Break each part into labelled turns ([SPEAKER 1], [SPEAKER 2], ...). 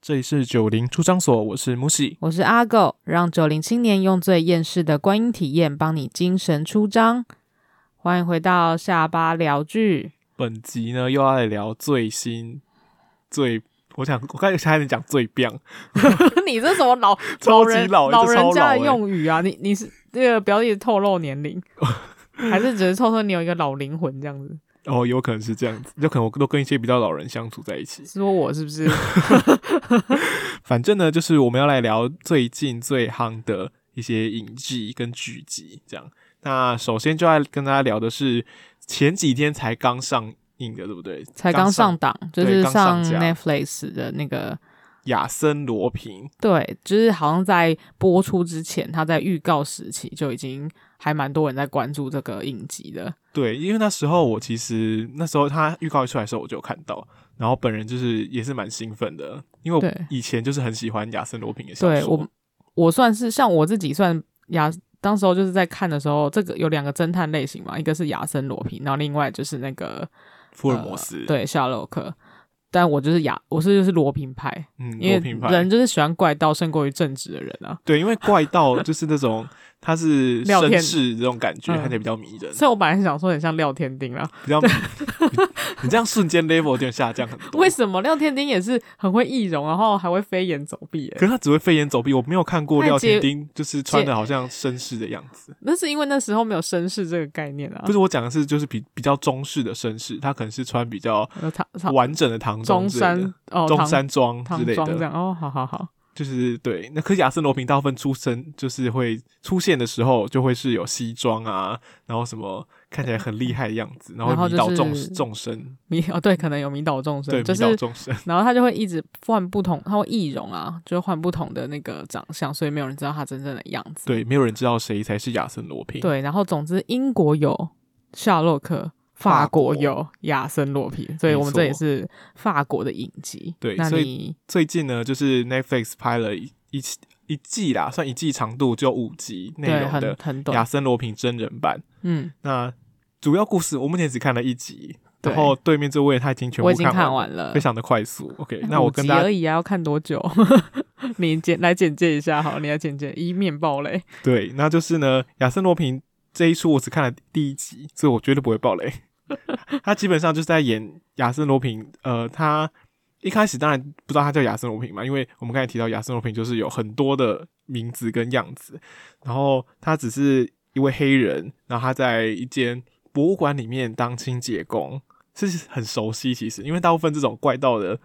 [SPEAKER 1] 这里是九零出张所，我是木喜。
[SPEAKER 2] 我是阿狗，让九零青年用最厌世的观影体验帮你精神出张。欢迎回到下巴聊剧，
[SPEAKER 1] 本集呢又要来聊最新最，我想我刚才差点讲最棒，
[SPEAKER 2] 你这什么 老
[SPEAKER 1] 超级
[SPEAKER 2] 人
[SPEAKER 1] 老，
[SPEAKER 2] 老
[SPEAKER 1] 这超
[SPEAKER 2] 人家
[SPEAKER 1] 老
[SPEAKER 2] 的
[SPEAKER 1] 欸
[SPEAKER 2] 用语啊？你你是这个表姐透露年龄， 还是只是透露你有一个老灵魂这样子？
[SPEAKER 1] 哦，有可能是这样子，有可能我都跟一些比较老人相处在一起。
[SPEAKER 2] 说我是不是？
[SPEAKER 1] 反正呢，就是我们要来聊最近最夯的一些影剧跟剧集，这样。那首先就要跟大家聊的是前几天才刚上映的，对不对？
[SPEAKER 2] 才刚上档，就
[SPEAKER 1] 对
[SPEAKER 2] 是
[SPEAKER 1] 刚上架
[SPEAKER 2] Netflix 的那个，
[SPEAKER 1] 亚森罗平，
[SPEAKER 2] 对，就是好像在播出之前，他在预告时期就已经还蛮多人在关注这个影集的。
[SPEAKER 1] 对，因为那时候我其实那时候他预告一出来的时候我就有看到，然后本人就是也是蛮兴奋的，因为我
[SPEAKER 2] 对
[SPEAKER 1] 以前就是很喜欢亚森罗平的小
[SPEAKER 2] 对
[SPEAKER 1] 说
[SPEAKER 2] 我，，我算是像我自己算亚，当时候就是在看的时候，这个有两个侦探类型嘛，一个是亚森罗平，然后另外就是那个
[SPEAKER 1] 福尔摩斯，
[SPEAKER 2] 呃，对夏洛克。但我就是亚，我是就是罗平派，
[SPEAKER 1] 嗯，
[SPEAKER 2] 因
[SPEAKER 1] 罗
[SPEAKER 2] 为
[SPEAKER 1] 平派，
[SPEAKER 2] 人就是喜欢怪盗胜过于正直的人啊，
[SPEAKER 1] 对，因为怪盗就是那种他 是
[SPEAKER 2] 廖
[SPEAKER 1] 绅
[SPEAKER 2] 天
[SPEAKER 1] 士这种感觉，
[SPEAKER 2] 嗯
[SPEAKER 1] 看起来比较迷人，
[SPEAKER 2] 所以我本来是想说很像廖天丁啊，
[SPEAKER 1] 比较迷你 这样瞬间 level 有点下降很多
[SPEAKER 2] 为。什么廖天丁也是很会易容，然后还会飞檐走壁、
[SPEAKER 1] 可
[SPEAKER 2] 欸？
[SPEAKER 1] 是他只会飞檐走壁，我没有看过
[SPEAKER 2] 太
[SPEAKER 1] 廖
[SPEAKER 2] 接
[SPEAKER 1] 天
[SPEAKER 2] 嗯
[SPEAKER 1] 丁就是穿的好像绅士的样子。
[SPEAKER 2] 那是因为那时候没有绅士这个概念啊
[SPEAKER 1] 不，是我讲的是，就是比比较中式的绅士，他可能是穿比较
[SPEAKER 2] 呃唐唐
[SPEAKER 1] 完整的唐装
[SPEAKER 2] 中
[SPEAKER 1] 之类的
[SPEAKER 2] 山哦
[SPEAKER 1] 中
[SPEAKER 2] 唐
[SPEAKER 1] 山装之
[SPEAKER 2] 唐
[SPEAKER 1] 类
[SPEAKER 2] 装这
[SPEAKER 1] 的，
[SPEAKER 2] 样哦，好好好，
[SPEAKER 1] 就是对。那可是亚森罗平大部分出身就是会出现的时候，就会是有西装啊，然后什么看起来很厉害的样子，然
[SPEAKER 2] 然
[SPEAKER 1] 后
[SPEAKER 2] 后
[SPEAKER 1] 迷倒
[SPEAKER 2] 就是
[SPEAKER 1] 众众生，
[SPEAKER 2] 迷哦对，可能有迷倒众
[SPEAKER 1] 对，
[SPEAKER 2] 生，就
[SPEAKER 1] 迷
[SPEAKER 2] 是
[SPEAKER 1] 倒众生。
[SPEAKER 2] 然后他就会一直换不同，他会易容啊，就换不同的那个长相，所以没有人知道他真正的样子。
[SPEAKER 1] 对，没有人知道谁才是亚森罗平。
[SPEAKER 2] 对然后总之英国有夏洛克，
[SPEAKER 1] 法
[SPEAKER 2] 法
[SPEAKER 1] 国
[SPEAKER 2] 国有亚森罗平，所以
[SPEAKER 1] 没
[SPEAKER 2] 我们这也
[SPEAKER 1] 错
[SPEAKER 2] 是法国的影集。
[SPEAKER 1] 对
[SPEAKER 2] 那
[SPEAKER 1] 所以
[SPEAKER 2] 你
[SPEAKER 1] 最近呢，就是 Netflix 拍了一一一季啦，算一季长度就五集内
[SPEAKER 2] 对
[SPEAKER 1] 容
[SPEAKER 2] 很
[SPEAKER 1] 的
[SPEAKER 2] 很
[SPEAKER 1] 亚
[SPEAKER 2] 短，
[SPEAKER 1] 森罗平真人版。
[SPEAKER 2] 嗯，
[SPEAKER 1] 那主要故事我目前只看了一集，
[SPEAKER 2] 对
[SPEAKER 1] 然后对面这位他已经全
[SPEAKER 2] 我
[SPEAKER 1] 部
[SPEAKER 2] 已经看
[SPEAKER 1] 完，
[SPEAKER 2] 完了
[SPEAKER 1] 非。常的快速。OK，那我
[SPEAKER 2] 五
[SPEAKER 1] 跟
[SPEAKER 2] 集
[SPEAKER 1] 大家
[SPEAKER 2] 而已啊，要看多久？ 你简来简介一下好，你来简介，以免爆雷。
[SPEAKER 1] 对，那就是呢，亚森罗平这一出我只看了第一集，所以我绝对不会爆雷。 他基本上就是在演亚森罗平，呃，他一开始当然不知道他叫亚森罗平嘛，因为我们刚才提到亚森罗平就是有很多的名字跟样子，然后他只是一位黑人，然后他在一间博物馆里面当清洁工，是很熟悉其实，因为大部分这种怪盗的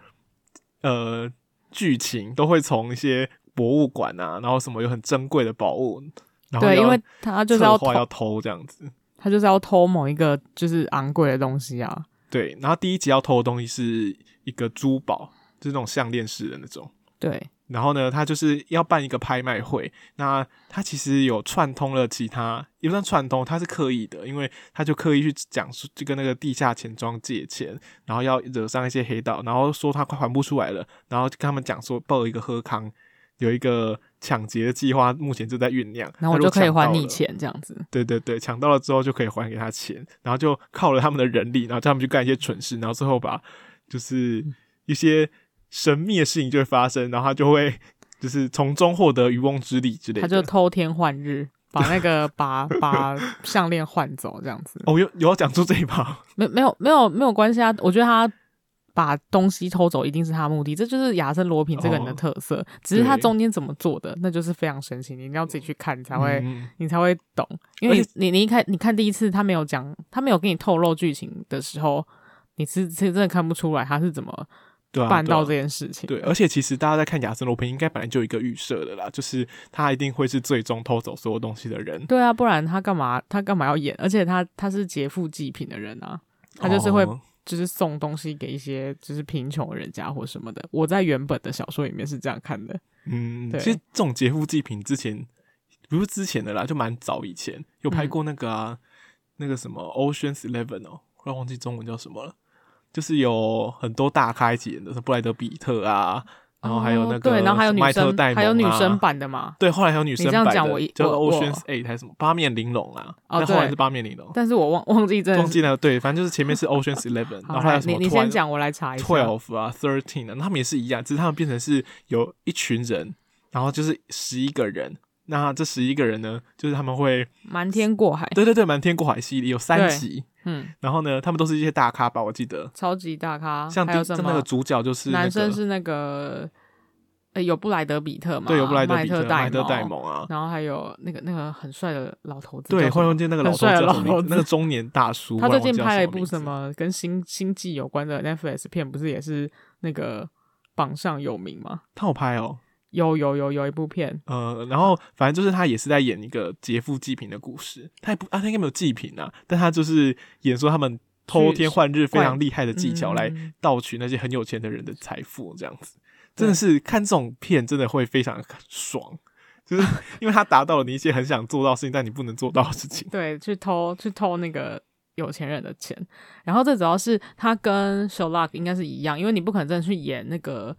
[SPEAKER 1] 呃剧情都会从一些博物馆啊，然后什么有很珍贵的宝物，然后
[SPEAKER 2] 对，
[SPEAKER 1] 要
[SPEAKER 2] 因为他就是
[SPEAKER 1] 策
[SPEAKER 2] 要
[SPEAKER 1] 划
[SPEAKER 2] 偷，
[SPEAKER 1] 要偷这样子。
[SPEAKER 2] 他就是要偷某一个就是昂贵的东西啊。
[SPEAKER 1] 对，然后第一集要偷的东西是一个珠宝，就是那种项链式的那种。
[SPEAKER 2] 对，
[SPEAKER 1] 然后呢，他就是要办一个拍卖会。那他其实有串通了其他，也不算串通，他是刻意的，因为他就刻意去讲述，就跟那个地下钱庄借钱，然后要惹上一些黑道，然后说他快还不出来了，然后就跟他们讲说报一个喝康，有一个抢劫的计划，目前就在酝酿。
[SPEAKER 2] 然后
[SPEAKER 1] 那
[SPEAKER 2] 我
[SPEAKER 1] 如
[SPEAKER 2] 就
[SPEAKER 1] 果
[SPEAKER 2] 可以
[SPEAKER 1] 抢到
[SPEAKER 2] 还你
[SPEAKER 1] 了。
[SPEAKER 2] 钱这样子。
[SPEAKER 1] 对对对，抢到了之后就可以还给他钱，然后就靠了他们的人力，然后叫他们去干一些蠢事，然后最后把就是
[SPEAKER 2] 嗯
[SPEAKER 1] 一些神秘的事情就会发生，然后他就会就是从中获得渔翁之利之类
[SPEAKER 2] 他
[SPEAKER 1] 的。
[SPEAKER 2] 就偷天换日，把那 个把把项链换走，这样子。
[SPEAKER 1] 哦，有有要讲出这一趴，
[SPEAKER 2] 没没有没有没有关系啊，我觉得他把东西偷走一定是他目的，这就是亚森罗平这个人的
[SPEAKER 1] 哦
[SPEAKER 2] 特色。只是他
[SPEAKER 1] 对
[SPEAKER 2] 中间怎么做的，那就是非常神奇，你一定要自己去看你才会。
[SPEAKER 1] 嗯
[SPEAKER 2] 你才会懂，因
[SPEAKER 1] 而
[SPEAKER 2] 为你
[SPEAKER 1] 且
[SPEAKER 2] 你你一开你看第一次他没有讲，他没有给你透露剧情的时候，你是是真的看不出来他是怎么
[SPEAKER 1] 对啊，
[SPEAKER 2] 办
[SPEAKER 1] 对啊
[SPEAKER 2] 到这件事情的。
[SPEAKER 1] 对，而且其实大家在看亚森罗平，应该本来就有一个预设的啦，就是他一定会是最终偷走所有东西的人。
[SPEAKER 2] 对啊，不然他干嘛他干嘛要演？而且他他是劫富济贫的人啊，他就是会
[SPEAKER 1] 哦
[SPEAKER 2] 就是送东西给一些就是贫穷人家或什么的。我在原本的小说里面是这样看的，
[SPEAKER 1] 嗯，
[SPEAKER 2] 对
[SPEAKER 1] 其实这种劫富济贫之前不是之前的啦，就蛮早以前有拍过那个啊，
[SPEAKER 2] 嗯
[SPEAKER 1] 那个什么 Ocean's Eleven 哦，忽然忘记中文叫什么了，就是有很多大咖一起演的，什么布莱德比特啊，然后还有那个
[SPEAKER 2] 哦对，然后还有女
[SPEAKER 1] 麦特
[SPEAKER 2] 生
[SPEAKER 1] 戴蒙啊
[SPEAKER 2] 还有女生版 的嘛，
[SPEAKER 1] 对，后来还有女生
[SPEAKER 2] 这样
[SPEAKER 1] 版
[SPEAKER 2] 讲
[SPEAKER 1] 的
[SPEAKER 2] 我一
[SPEAKER 1] 叫
[SPEAKER 2] 我我
[SPEAKER 1] Ocean's Eight 还是什么八面玲珑啦，
[SPEAKER 2] 哦
[SPEAKER 1] 那后来
[SPEAKER 2] 对
[SPEAKER 1] 是八面玲珑，
[SPEAKER 2] 但是我忘忘记真的
[SPEAKER 1] 忘
[SPEAKER 2] 是。
[SPEAKER 1] 记了对，反正就是前面是 Ocean's Eleven，然
[SPEAKER 2] 好
[SPEAKER 1] 后还
[SPEAKER 2] 来
[SPEAKER 1] 有什
[SPEAKER 2] 你
[SPEAKER 1] 么
[SPEAKER 2] 你
[SPEAKER 1] Twi-
[SPEAKER 2] 先讲，我来查一下。
[SPEAKER 1] twelve 啊，thirteen 啊，那他们也是一样，只是他们变成是有一群人，然后就是十一个人。那这十一个人呢，就是他们会，
[SPEAKER 2] 瞒天过海，
[SPEAKER 1] 对对对，《瞒天过海》系列有三
[SPEAKER 2] 对
[SPEAKER 1] 集，
[SPEAKER 2] 嗯，
[SPEAKER 1] 然后呢，他们都是一些大咖吧，我记得，
[SPEAKER 2] 超级大咖，
[SPEAKER 1] 像
[SPEAKER 2] 还
[SPEAKER 1] 第
[SPEAKER 2] 有什
[SPEAKER 1] 像
[SPEAKER 2] 么？
[SPEAKER 1] 那个主角就是那
[SPEAKER 2] 男
[SPEAKER 1] 个
[SPEAKER 2] 生是那个，呃，有布莱德比特嘛？
[SPEAKER 1] 对，有布莱德
[SPEAKER 2] 麦
[SPEAKER 1] 比
[SPEAKER 2] 特
[SPEAKER 1] 麦特
[SPEAKER 2] 蒙，
[SPEAKER 1] 戴蒙啊，
[SPEAKER 2] 然后还有那个那个很帅的老头子，
[SPEAKER 1] 对，
[SPEAKER 2] 叫什
[SPEAKER 1] 忽
[SPEAKER 2] 么
[SPEAKER 1] 然间那个老头
[SPEAKER 2] 很帅的
[SPEAKER 1] 叫什么
[SPEAKER 2] 老
[SPEAKER 1] 名
[SPEAKER 2] 头
[SPEAKER 1] 字
[SPEAKER 2] 子
[SPEAKER 1] 那个中年大叔，
[SPEAKER 2] 他
[SPEAKER 1] 我
[SPEAKER 2] 最
[SPEAKER 1] 忘记
[SPEAKER 2] 近
[SPEAKER 1] 叫
[SPEAKER 2] 拍了一
[SPEAKER 1] 么
[SPEAKER 2] 部
[SPEAKER 1] 名字
[SPEAKER 2] 什？么跟星星际有关的 Netflix 片，不是也是那个榜上有名吗？
[SPEAKER 1] 他有拍哦，
[SPEAKER 2] 有有有有一部片，
[SPEAKER 1] 呃，然后反正就是他也是在演一个劫富济贫的故事，他也不啊，他应该没有济贫啊，但他就是演说他们偷
[SPEAKER 2] 去
[SPEAKER 1] 天换日非
[SPEAKER 2] 换
[SPEAKER 1] 常厉害的技巧来
[SPEAKER 2] 嗯
[SPEAKER 1] 盗取那些很有钱的人的财富，这样子，
[SPEAKER 2] 对
[SPEAKER 1] 真的是看这种片真的会非常爽，就是 因为他达到了你一些很想做到的事情，但你不能做到的事情。
[SPEAKER 2] 对，去偷去偷那个有钱人的钱。然后最主要是他跟 Sherlock 应该是一样，因为你不可能真的去演那个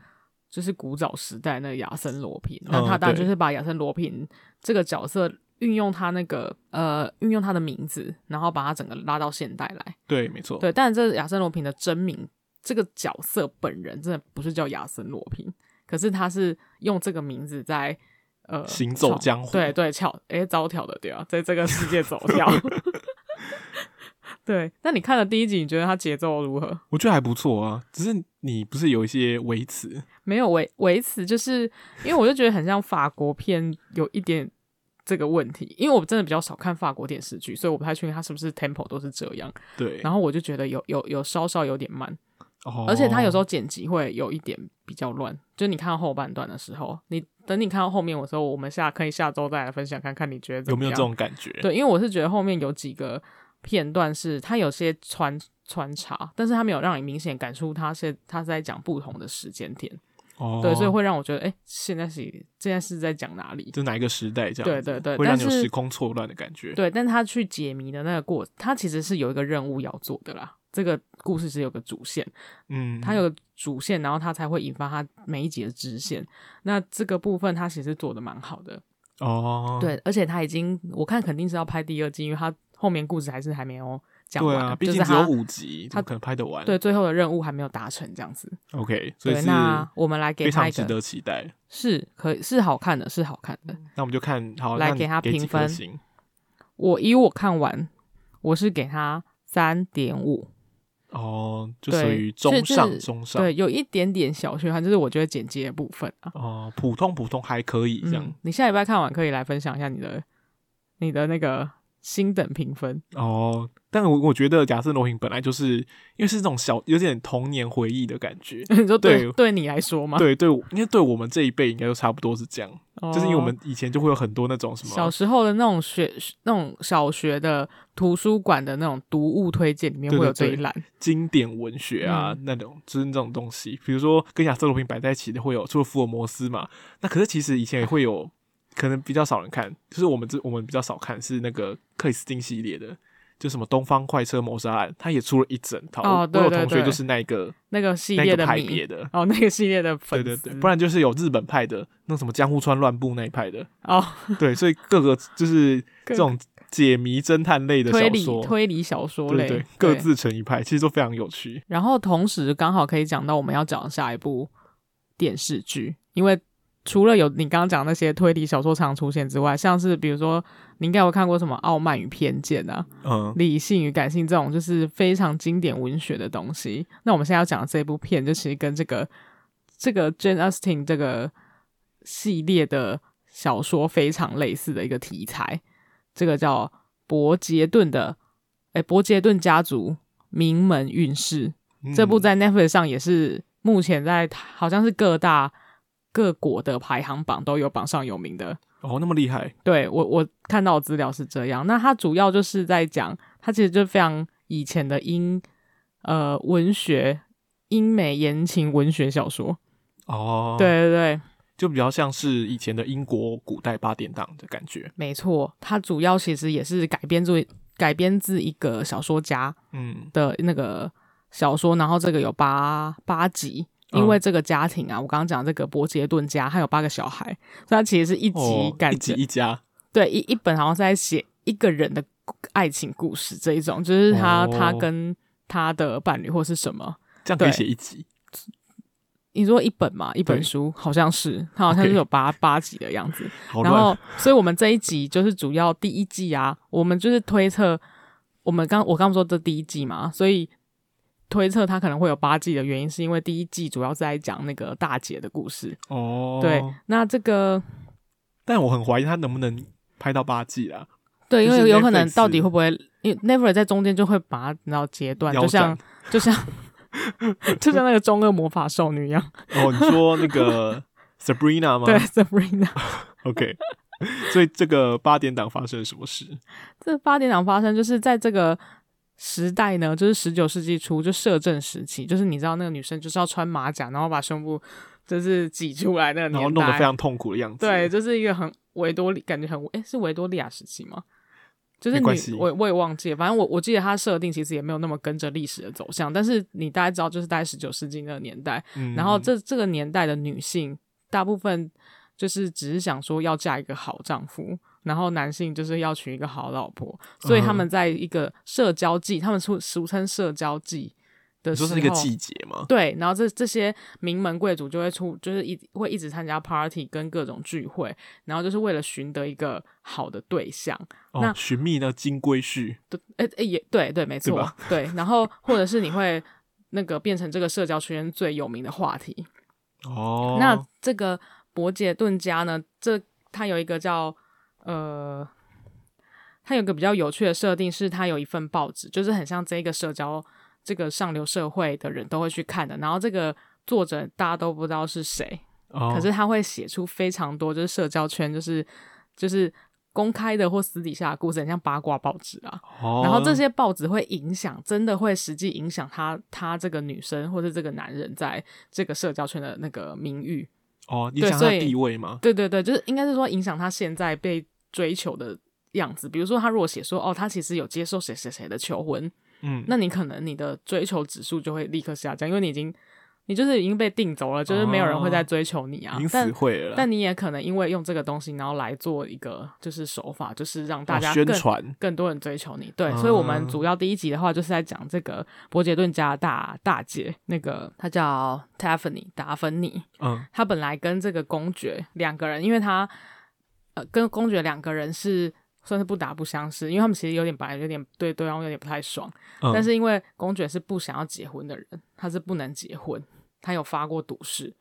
[SPEAKER 2] 就是古早时代那个亚森罗平，那
[SPEAKER 1] 嗯
[SPEAKER 2] 他当然就
[SPEAKER 1] 对
[SPEAKER 2] 是把亚森罗平这个角色运用他那个呃运用他的名字，然后把他整个拉到现代来。
[SPEAKER 1] 对，没错，
[SPEAKER 2] 对，但这亚森罗平的真名，这个角色本人真的不是叫亚森罗平，可是他是用这个名字在呃
[SPEAKER 1] 行走
[SPEAKER 2] 闯
[SPEAKER 1] 江湖
[SPEAKER 2] 对对，跳诶，招跳的对啊，在这个世界走跳。 对，那你看了第一集，你觉得它节奏如何？
[SPEAKER 1] 我觉得还不错啊，只是你不是有一些微词，
[SPEAKER 2] 没有维维持，就是因为我就觉得很像法国片有一点这个问题，因为我真的比较少看法国电视剧，所以我不太确定它是不是 tempo 都是这样。
[SPEAKER 1] 对，
[SPEAKER 2] 然后我就觉得有有有稍稍有点慢，
[SPEAKER 1] 哦
[SPEAKER 2] 而且他有时候剪辑会有一点比较乱，就是你看到后半段的时候，你等你看到后面的时候，我们下可以下周再来分享看看你觉得怎
[SPEAKER 1] 有
[SPEAKER 2] 么
[SPEAKER 1] 没有
[SPEAKER 2] 样
[SPEAKER 1] 这？种感觉？
[SPEAKER 2] 对，因为我是觉得后面有几个片段是它有些穿穿插，但是它没有让你明显感出它是它是在讲不同的时间点，
[SPEAKER 1] 哦，
[SPEAKER 2] 对，所以会让我觉得哎、诶现在是现在是在讲哪里？
[SPEAKER 1] 就哪一个时代这样子，
[SPEAKER 2] 对对对
[SPEAKER 1] 会让
[SPEAKER 2] 但
[SPEAKER 1] 你有
[SPEAKER 2] 是
[SPEAKER 1] 时空错乱的感觉。
[SPEAKER 2] 对，但他去解谜的那个过，他其实是有一个任务要做的啦。这个故事是有个主线，
[SPEAKER 1] 嗯，
[SPEAKER 2] 它有个主线，然后它才会引发它每一集的支线。那这个部分它其实做的蛮好的，
[SPEAKER 1] 哦，
[SPEAKER 2] 对，而且它已经我看肯定是要拍第二季，因为它后面故事还是还没有讲
[SPEAKER 1] 对
[SPEAKER 2] 完，
[SPEAKER 1] 啊，毕
[SPEAKER 2] 就是
[SPEAKER 1] 竟只有
[SPEAKER 2] 它
[SPEAKER 1] 五集，
[SPEAKER 2] 它
[SPEAKER 1] 他可能拍得完。
[SPEAKER 2] 对最后的任务还没有达成这样子。
[SPEAKER 1] ，OK，所以
[SPEAKER 2] 对，
[SPEAKER 1] 是
[SPEAKER 2] 那我们来给
[SPEAKER 1] 非
[SPEAKER 2] 他
[SPEAKER 1] 常
[SPEAKER 2] 一
[SPEAKER 1] 值
[SPEAKER 2] 个
[SPEAKER 1] 得期待。
[SPEAKER 2] 是可是好看的，是好看的。
[SPEAKER 1] 那我们就看好，
[SPEAKER 2] 来
[SPEAKER 1] 那你
[SPEAKER 2] 给
[SPEAKER 1] 给
[SPEAKER 2] 他
[SPEAKER 1] 几
[SPEAKER 2] 评
[SPEAKER 1] 颗
[SPEAKER 2] 分
[SPEAKER 1] 星
[SPEAKER 2] 我以我看完，我是给他三点五，
[SPEAKER 1] 哦，就
[SPEAKER 2] 对
[SPEAKER 1] 属于
[SPEAKER 2] 所以
[SPEAKER 1] 中上
[SPEAKER 2] 是
[SPEAKER 1] 中上，
[SPEAKER 2] 对，有一点点小缺憾，就是我觉得剪辑的部分啊。
[SPEAKER 1] 哦，普通普通还可以这
[SPEAKER 2] 嗯
[SPEAKER 1] 样。
[SPEAKER 2] 你下礼拜看完可以来分享一下你的你的那个星等评分。。
[SPEAKER 1] 哦，但我我觉得《亚瑟罗平》本来就是因为是这种小有点童年回忆的感觉
[SPEAKER 2] 你说对
[SPEAKER 1] 对
[SPEAKER 2] 对你来说吗？，哦
[SPEAKER 1] 对对，我因为对我们这一辈应该都差不多是这样，就是因为我们以前就会有很多那种什么
[SPEAKER 2] 小时候的那种学那种小学的图书馆的那种读物推荐里面
[SPEAKER 1] 对
[SPEAKER 2] 会
[SPEAKER 1] 对
[SPEAKER 2] 有这一
[SPEAKER 1] 对
[SPEAKER 2] 栏，
[SPEAKER 1] 经典文学啊，
[SPEAKER 2] 嗯
[SPEAKER 1] 那种就是那种东西，比如说跟亚瑟罗平摆在一起的会有，除了福尔摩斯嘛，那可是其实以前也会有，可能比较少人看，就是我们这我们比较少看是那个克里斯汀系列的，就什么《东方快车谋杀案》，他也出了一整套。
[SPEAKER 2] 哦对
[SPEAKER 1] 我有
[SPEAKER 2] 对
[SPEAKER 1] 同学
[SPEAKER 2] 对
[SPEAKER 1] 就是那一个
[SPEAKER 2] 那个系
[SPEAKER 1] 那
[SPEAKER 2] 列
[SPEAKER 1] 一
[SPEAKER 2] 的
[SPEAKER 1] 个派
[SPEAKER 2] 迷
[SPEAKER 1] 别的。
[SPEAKER 2] 哦，那个系列的粉
[SPEAKER 1] 对
[SPEAKER 2] 丝，
[SPEAKER 1] 对对，不然就是有日本派的，那什么江户川乱步那一派 的，
[SPEAKER 2] 哦，
[SPEAKER 1] 对，所以各个就是
[SPEAKER 2] 各
[SPEAKER 1] 这种解谜侦探类的
[SPEAKER 2] 推
[SPEAKER 1] 小
[SPEAKER 2] 理
[SPEAKER 1] 说，
[SPEAKER 2] 推理小说类
[SPEAKER 1] 对对，各自成一派，其实都非常有趣。
[SPEAKER 2] 然后同时刚好可以讲到我们要讲下一部电视剧，因为除了有你刚刚讲那些推理小说常出现之外，像是比如说你应该有看过什么《傲慢与偏见》啊，
[SPEAKER 1] 嗯，
[SPEAKER 2] 《理性与感性》这种就是非常经典文学的东西。那我们现在要讲的这部片，就其实跟这个这个 Jane Austen 这个系列的小说非常类似的一个题材，这个叫伯杰顿的，哎，伯杰顿家族名门运势。这部
[SPEAKER 1] 嗯
[SPEAKER 2] 在 Netflix 上也是目前在好像是各大各国的排行榜都有榜上有名的。
[SPEAKER 1] 哦那么厉害，
[SPEAKER 2] 对我我看到的资料是这样，那它主要就是在讲，它其实就非常以前的英呃文学英美言情文学小说。
[SPEAKER 1] 哦，
[SPEAKER 2] 对，对对，
[SPEAKER 1] 就比较像是以前的英国古代八点档的感觉。
[SPEAKER 2] 没错，它主要其实也是改编自改编自一个小说家
[SPEAKER 1] 嗯，
[SPEAKER 2] 的那个小说，然后这个有八八集，因为这个家庭啊，我刚刚讲这个伯杰顿家，他有八个小孩，所以他其实是一集
[SPEAKER 1] 哦，
[SPEAKER 2] 感
[SPEAKER 1] 一集
[SPEAKER 2] 觉、
[SPEAKER 1] 一家，
[SPEAKER 2] 对一一本好像是在写一个人的故爱情故事这一种，就是他、
[SPEAKER 1] 哦
[SPEAKER 2] 他跟他的伴侣或是什么。
[SPEAKER 1] 这样可以
[SPEAKER 2] 对
[SPEAKER 1] 写一集。
[SPEAKER 2] 你说一本嘛，一本
[SPEAKER 1] 对
[SPEAKER 2] 书好像是，它好像
[SPEAKER 1] OK
[SPEAKER 2] 是有八八集的样子。
[SPEAKER 1] 好
[SPEAKER 2] 然
[SPEAKER 1] 乱
[SPEAKER 2] 后，所以我们这一集就是主要第一季啊，我们就是推测，我们刚我刚不说这第一季嘛，所以推测它可能会有八季的原因，是因为第一季主要是在讲那个大姐的故事。
[SPEAKER 1] 哦，
[SPEAKER 2] 对，那这个
[SPEAKER 1] 但我很怀疑他能不能拍到八季啦，
[SPEAKER 2] 对，因
[SPEAKER 1] 就是
[SPEAKER 2] 为有可能
[SPEAKER 1] Netflix
[SPEAKER 2] 到底会不会，因为 Never 在中间就会把它然后截断，
[SPEAKER 1] 腰
[SPEAKER 2] 就像就像 就像那个中二魔法少女一样，
[SPEAKER 1] 哦，你说那 个 Sabrina 吗？
[SPEAKER 2] 对 Sabrina。
[SPEAKER 1] ，OK。所以 这个八点档发生了什么事？
[SPEAKER 2] 这八点档发生，就是在这个时代呢，就是十九世纪初，就摄政时期，就是你知道那个女生就是要穿马甲，然后把胸部就是挤出来那个
[SPEAKER 1] 然后
[SPEAKER 2] 年
[SPEAKER 1] 弄得
[SPEAKER 2] 代，
[SPEAKER 1] 非常痛苦的样子。
[SPEAKER 2] 对，，就是一个很维多利，感觉很诶是维多利亚时期吗？就是
[SPEAKER 1] 没关系
[SPEAKER 2] 女，我我也忘记了，反正我我记得它设定其实也没有那么跟着历史的走向，但是你大概知道，就是大概十九世纪那个年代，
[SPEAKER 1] 嗯
[SPEAKER 2] 然后这这个年代的女性，大部分就是只是想说要嫁一个好丈夫，然后男性就是要娶一个好老婆，所以他
[SPEAKER 1] 嗯
[SPEAKER 2] 们在一个社交季，他们俗俗称社交季的
[SPEAKER 1] 你
[SPEAKER 2] 时
[SPEAKER 1] 说
[SPEAKER 2] 候，
[SPEAKER 1] 是一个季节吗？
[SPEAKER 2] 对，然后这这些名门贵族就会出，就是一会一直参加 party 跟各种聚会，然后就是为了寻得一个好的对象，
[SPEAKER 1] 哦
[SPEAKER 2] 那，
[SPEAKER 1] 寻觅那金龟婿，
[SPEAKER 2] 对，哎、哎也对对，没
[SPEAKER 1] 对
[SPEAKER 2] 错
[SPEAKER 1] 吧，
[SPEAKER 2] 对，然后或者是你会那个变成这个社交圈最有名的话题，
[SPEAKER 1] 哦，
[SPEAKER 2] 那这个伯杰顿家呢，这它有一个叫呃，它有一个比较有趣的设定，是它有一份报纸，就是很像这个社交这个上流社会的人都会去看的。然后这个作者大家都不知道是谁，
[SPEAKER 1] 哦
[SPEAKER 2] 可是他会写出非常多就是社交圈就是就是公开的或私底下的故事，很像八卦报纸啊。
[SPEAKER 1] 哦
[SPEAKER 2] 然后这些报纸会影响，真的会实际影响他他这个女生或者这个男人在这个社交圈的那个名誉。
[SPEAKER 1] 哦，你
[SPEAKER 2] 对
[SPEAKER 1] 想他
[SPEAKER 2] 所
[SPEAKER 1] 的
[SPEAKER 2] 以
[SPEAKER 1] 地位吗？
[SPEAKER 2] 对对对，就是应该是说影响他现在被追求的样子。比如说，他如果写说哦，他其实有接受谁谁谁的求婚，
[SPEAKER 1] 嗯，
[SPEAKER 2] 那你可能你的追求指数就会立刻下降，因为你已经你就是已经被定走了，就是没有人会再追求你啊。
[SPEAKER 1] 哦已经死
[SPEAKER 2] 但
[SPEAKER 1] 会了啦，
[SPEAKER 2] 但你也可能因为用这个东西，然后来做一个就是手法，就是让大
[SPEAKER 1] 哦
[SPEAKER 2] 家
[SPEAKER 1] 宣
[SPEAKER 2] 更、
[SPEAKER 1] 传
[SPEAKER 2] 更多人追求你。对，
[SPEAKER 1] 嗯
[SPEAKER 2] 所以我们主要第一集的话，就是在讲这个伯杰顿家的大大姐，那个她叫 Tiffany 达芬妮。
[SPEAKER 1] 嗯
[SPEAKER 2] 她本来跟这个公爵两个人，因为她呃跟公爵两个人是算是不打不相识，因为他们其实有点本来有点对对方有点不太爽，
[SPEAKER 1] 嗯，
[SPEAKER 2] 但是因为公爵是不想要结婚的人，他是不能结婚，他有发过赌誓。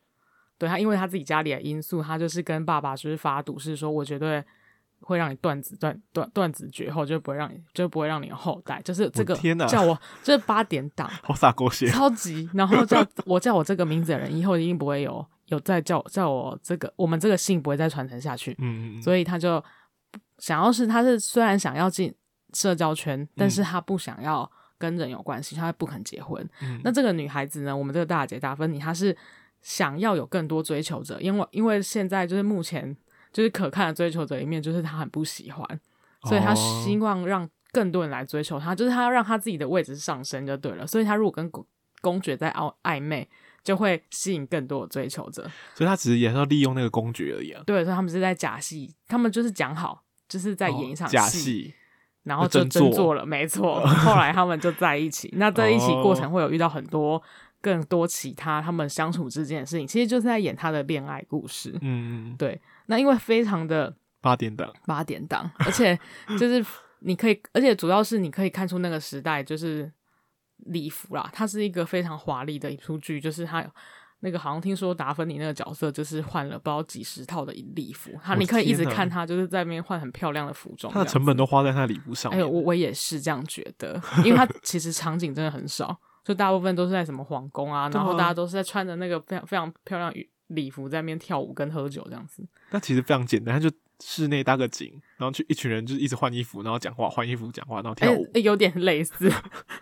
[SPEAKER 2] 对他，因为他自己家里的因素，他就是跟爸爸就是发赌誓，说我绝对会让你断子断断断子绝后，就不会让你就不会让你有后代。就是这个
[SPEAKER 1] 我天哪
[SPEAKER 2] 叫我这八点档
[SPEAKER 1] 好撒狗血，
[SPEAKER 2] 超级，然后叫我叫我这个名字的人，以后一定不会有有再叫叫我这个我们这个姓不会再传承下去。
[SPEAKER 1] 嗯，嗯
[SPEAKER 2] 所以他就想要是他是虽然想要进社交
[SPEAKER 1] 嗯
[SPEAKER 2] 圈，但是他不想要跟人有关系，他不肯结婚。
[SPEAKER 1] 嗯
[SPEAKER 2] 那这个女孩子呢，我们这个大姐达芬妮，她是想要有更多追求者，因为因为现在就是目前就是可看的追求者里面，就是她很不喜欢，所以她
[SPEAKER 1] 哦
[SPEAKER 2] 希望让更多人来追求她，就是她要让她自己的位置上升就对了。所以她如果跟公公爵在暧暧昧，就会吸引更多的追求者。
[SPEAKER 1] 所以他只是也是要利用那个公爵而已啊，
[SPEAKER 2] 对，所以他们是在假戏，他们就是讲好，就是在演一场
[SPEAKER 1] 哦假
[SPEAKER 2] 戏，
[SPEAKER 1] 戏，
[SPEAKER 2] 然后
[SPEAKER 1] 就
[SPEAKER 2] 就
[SPEAKER 1] 真
[SPEAKER 2] 真
[SPEAKER 1] 做
[SPEAKER 2] 做了，没错。后来他们就在一起，那在一起过
[SPEAKER 1] 哦
[SPEAKER 2] 程会有遇到很多更多其他他们相处之间的事情，其实就是在演他的恋爱故事。
[SPEAKER 1] 嗯，嗯嗯
[SPEAKER 2] 那因为非常的
[SPEAKER 1] 八点档，
[SPEAKER 2] 八点 档，而且就是你可以，而且主要是你可以看出那个时代就是礼服啦，它是一个非常华丽的一出剧，就是它那个好像听说达芬妮那个角色就是换了不知道几十套的礼服，他
[SPEAKER 1] 我的
[SPEAKER 2] 你可以一直
[SPEAKER 1] 天哪
[SPEAKER 2] 看他就是在那边换很漂亮的服装，
[SPEAKER 1] 他的
[SPEAKER 2] 这样
[SPEAKER 1] 成本都花在他礼物上
[SPEAKER 2] 哎
[SPEAKER 1] 面
[SPEAKER 2] 呦，，我我也是这样觉得，因为它其实场景真的很少，就大部分都是在什么皇宫啊，
[SPEAKER 1] 对
[SPEAKER 2] 然后
[SPEAKER 1] 啊
[SPEAKER 2] 大家都是在穿着那个非常非常漂亮的礼服在那边跳舞跟喝酒这样子。
[SPEAKER 1] 那其实非常简单，他就室内搭个景，然后去一群人就是一直换衣服，然后讲话，换衣服讲话，然后跳
[SPEAKER 2] 哎、
[SPEAKER 1] 舞，
[SPEAKER 2] 哎有点类似，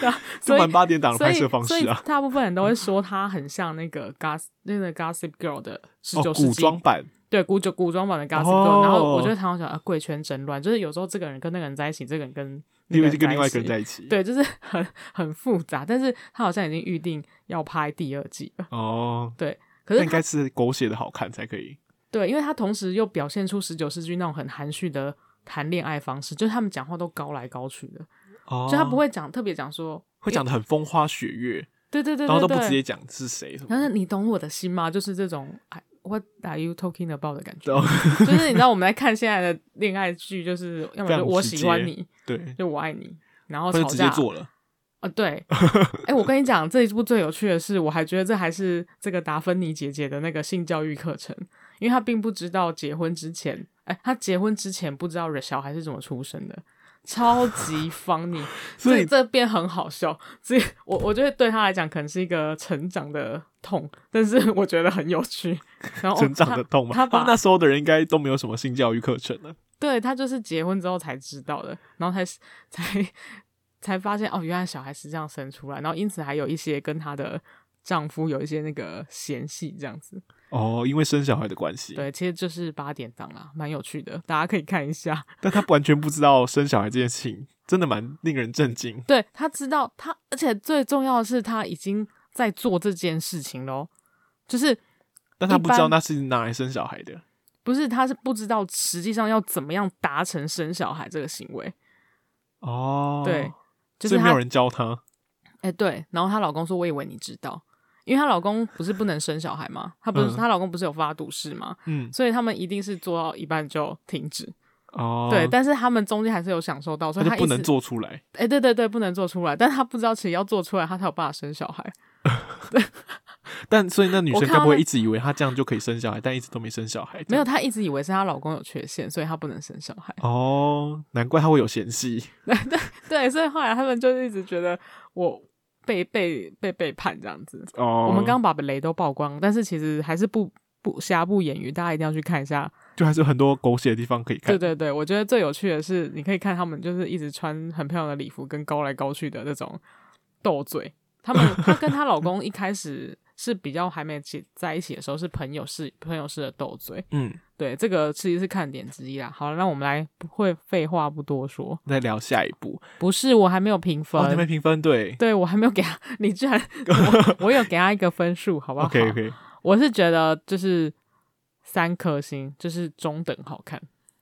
[SPEAKER 2] 然后
[SPEAKER 1] 这
[SPEAKER 2] 所
[SPEAKER 1] 蛮
[SPEAKER 2] 以
[SPEAKER 1] 八点档的
[SPEAKER 2] 所
[SPEAKER 1] 拍
[SPEAKER 2] 以
[SPEAKER 1] 摄方
[SPEAKER 2] 所以
[SPEAKER 1] 式啊，
[SPEAKER 2] 大部分人都会说它很像那个 Goss 那个 Gossip Girl 的十
[SPEAKER 1] 哦，
[SPEAKER 2] 九世
[SPEAKER 1] 古
[SPEAKER 2] 纪、
[SPEAKER 1] 装版
[SPEAKER 2] 对古就古装版的 Gossip Girl，、
[SPEAKER 1] 哦
[SPEAKER 2] 然后我就会常常想啊，贵圈真乱，就是有时候这个人跟那个人在一起，这个人跟那
[SPEAKER 1] 因
[SPEAKER 2] 个
[SPEAKER 1] 为
[SPEAKER 2] 人
[SPEAKER 1] 跟另外一个
[SPEAKER 2] 在一
[SPEAKER 1] 人在一
[SPEAKER 2] 起
[SPEAKER 1] 起。
[SPEAKER 2] 对，就是很很复杂，但是他好像已经预定要拍第二季了。
[SPEAKER 1] 哦，
[SPEAKER 2] 可
[SPEAKER 1] 那
[SPEAKER 2] 是
[SPEAKER 1] 应该是狗血的好看才可以。
[SPEAKER 2] 对，因为他同时又表现出十九世纪那种很含蓄的谈恋爱方式，就是他们讲话都高来高去的，
[SPEAKER 1] 哦，
[SPEAKER 2] 所以他不会讲特别讲说，
[SPEAKER 1] 会讲的很风花雪月，
[SPEAKER 2] 对对对
[SPEAKER 1] 然后
[SPEAKER 2] 对
[SPEAKER 1] 都不直
[SPEAKER 2] 对，
[SPEAKER 1] 接讲是谁什么
[SPEAKER 2] 然后
[SPEAKER 1] 的。
[SPEAKER 2] 你懂我的心吗？就是这种哎。What are you talking about 的感觉？
[SPEAKER 1] 然后
[SPEAKER 2] 就是你知道我们在看现在的恋爱剧，就是要么
[SPEAKER 1] 非
[SPEAKER 2] 就
[SPEAKER 1] 常
[SPEAKER 2] 我
[SPEAKER 1] 直
[SPEAKER 2] 喜欢
[SPEAKER 1] 接
[SPEAKER 2] 你，
[SPEAKER 1] 对，
[SPEAKER 2] 就我爱你，然后
[SPEAKER 1] 或
[SPEAKER 2] 吵
[SPEAKER 1] 者
[SPEAKER 2] 架
[SPEAKER 1] 直接做 了。
[SPEAKER 2] 啊，对，哎、我跟你讲，这一部最有趣的是，我还觉得这还是这个达芬妮姐姐的那个性教育课程，因为她并不知道结婚之前，哎、她结婚之前不知道小孩是怎么出生的，超级 funny，
[SPEAKER 1] 所以
[SPEAKER 2] 这这变很好笑，所以我我觉得对她来讲可能是一个成长的痛，但是 我觉得很有趣。然后
[SPEAKER 1] 成长的
[SPEAKER 2] 她
[SPEAKER 1] 痛嘛，
[SPEAKER 2] 哦他
[SPEAKER 1] 他
[SPEAKER 2] 把
[SPEAKER 1] 们那时候的人应该都没有什么性教育课程了。
[SPEAKER 2] 对她就是结婚之后才知道的，然后才 才才发现哦，原来小孩是这样生出来，然后因此还有一些跟她的丈夫有一些那个嫌隙这样子。
[SPEAKER 1] 哦，因为生小孩的关系，
[SPEAKER 2] 对，其实就是八点档啦，蛮有趣的，大家可以看一下。
[SPEAKER 1] 但他完全不知道生小孩这件事情，真的蛮令人震惊。
[SPEAKER 2] 对她知道她，而且最重要的是她已经在做这件事情喽，就是
[SPEAKER 1] 但他不知
[SPEAKER 2] 一
[SPEAKER 1] 道
[SPEAKER 2] 般
[SPEAKER 1] 那是拿来生小孩的。
[SPEAKER 2] 不是她是不知道实际上要怎么样达成生小孩这个行为，
[SPEAKER 1] 哦，
[SPEAKER 2] 对，就
[SPEAKER 1] 所
[SPEAKER 2] 是
[SPEAKER 1] 以没
[SPEAKER 2] 她
[SPEAKER 1] 有人教他。
[SPEAKER 2] 哎、对，然后她老公说：“我以为你知道，因为她老公不是不能生小孩嘛，她不是
[SPEAKER 1] 嗯
[SPEAKER 2] 她、老公不是有发毒誓嘛，
[SPEAKER 1] 嗯，
[SPEAKER 2] 所以他们一定是做到一半就停止。
[SPEAKER 1] 哦，
[SPEAKER 2] 对，但是他们中间还是有享受到，所
[SPEAKER 1] 他
[SPEAKER 2] 以
[SPEAKER 1] 就
[SPEAKER 2] 她一
[SPEAKER 1] 不能
[SPEAKER 2] 直。
[SPEAKER 1] 做出来。
[SPEAKER 2] 哎、对对对，不能做出来，但她不知道其实要做出来，她才有办法生小孩。
[SPEAKER 1] 但所以那女
[SPEAKER 2] 我
[SPEAKER 1] 生
[SPEAKER 2] 看
[SPEAKER 1] 该不
[SPEAKER 2] 到
[SPEAKER 1] 会
[SPEAKER 2] 那
[SPEAKER 1] 一直以为她这样就可以生小孩，但一直都没生小孩？
[SPEAKER 2] 没有，她一直以为是她老公有缺陷，所以她不能生小孩。
[SPEAKER 1] 哦，难怪她会有嫌隙。
[SPEAKER 2] 对，所以后来他们就一直觉得我被被被背叛这样子。
[SPEAKER 1] 哦，
[SPEAKER 2] 我们刚把雷都曝光，但是其实还是不不瑕不掩瑜，大家一定要去看一下
[SPEAKER 1] 就还是有很多狗血的地方可以看
[SPEAKER 2] 对。对对，我觉得最有趣的是，你可以看他们就是一直穿很漂亮的礼服，跟高来高去的那种斗嘴。他 们她跟她老公一开始是比较还没结在一起的时候是朋友式朋友式的斗嘴，
[SPEAKER 1] 嗯，
[SPEAKER 2] 对这个其实是看点之一啦。好了，那我们来不会废话不多说，
[SPEAKER 1] 再聊下一步。
[SPEAKER 2] 不是我还没有评分，
[SPEAKER 1] 哦，你们评分对。
[SPEAKER 2] 对我还没有给他，你 居然我我有给他一个分数，好不好
[SPEAKER 1] OK OK，
[SPEAKER 2] 我是觉得就是三颗星，就是中等好看。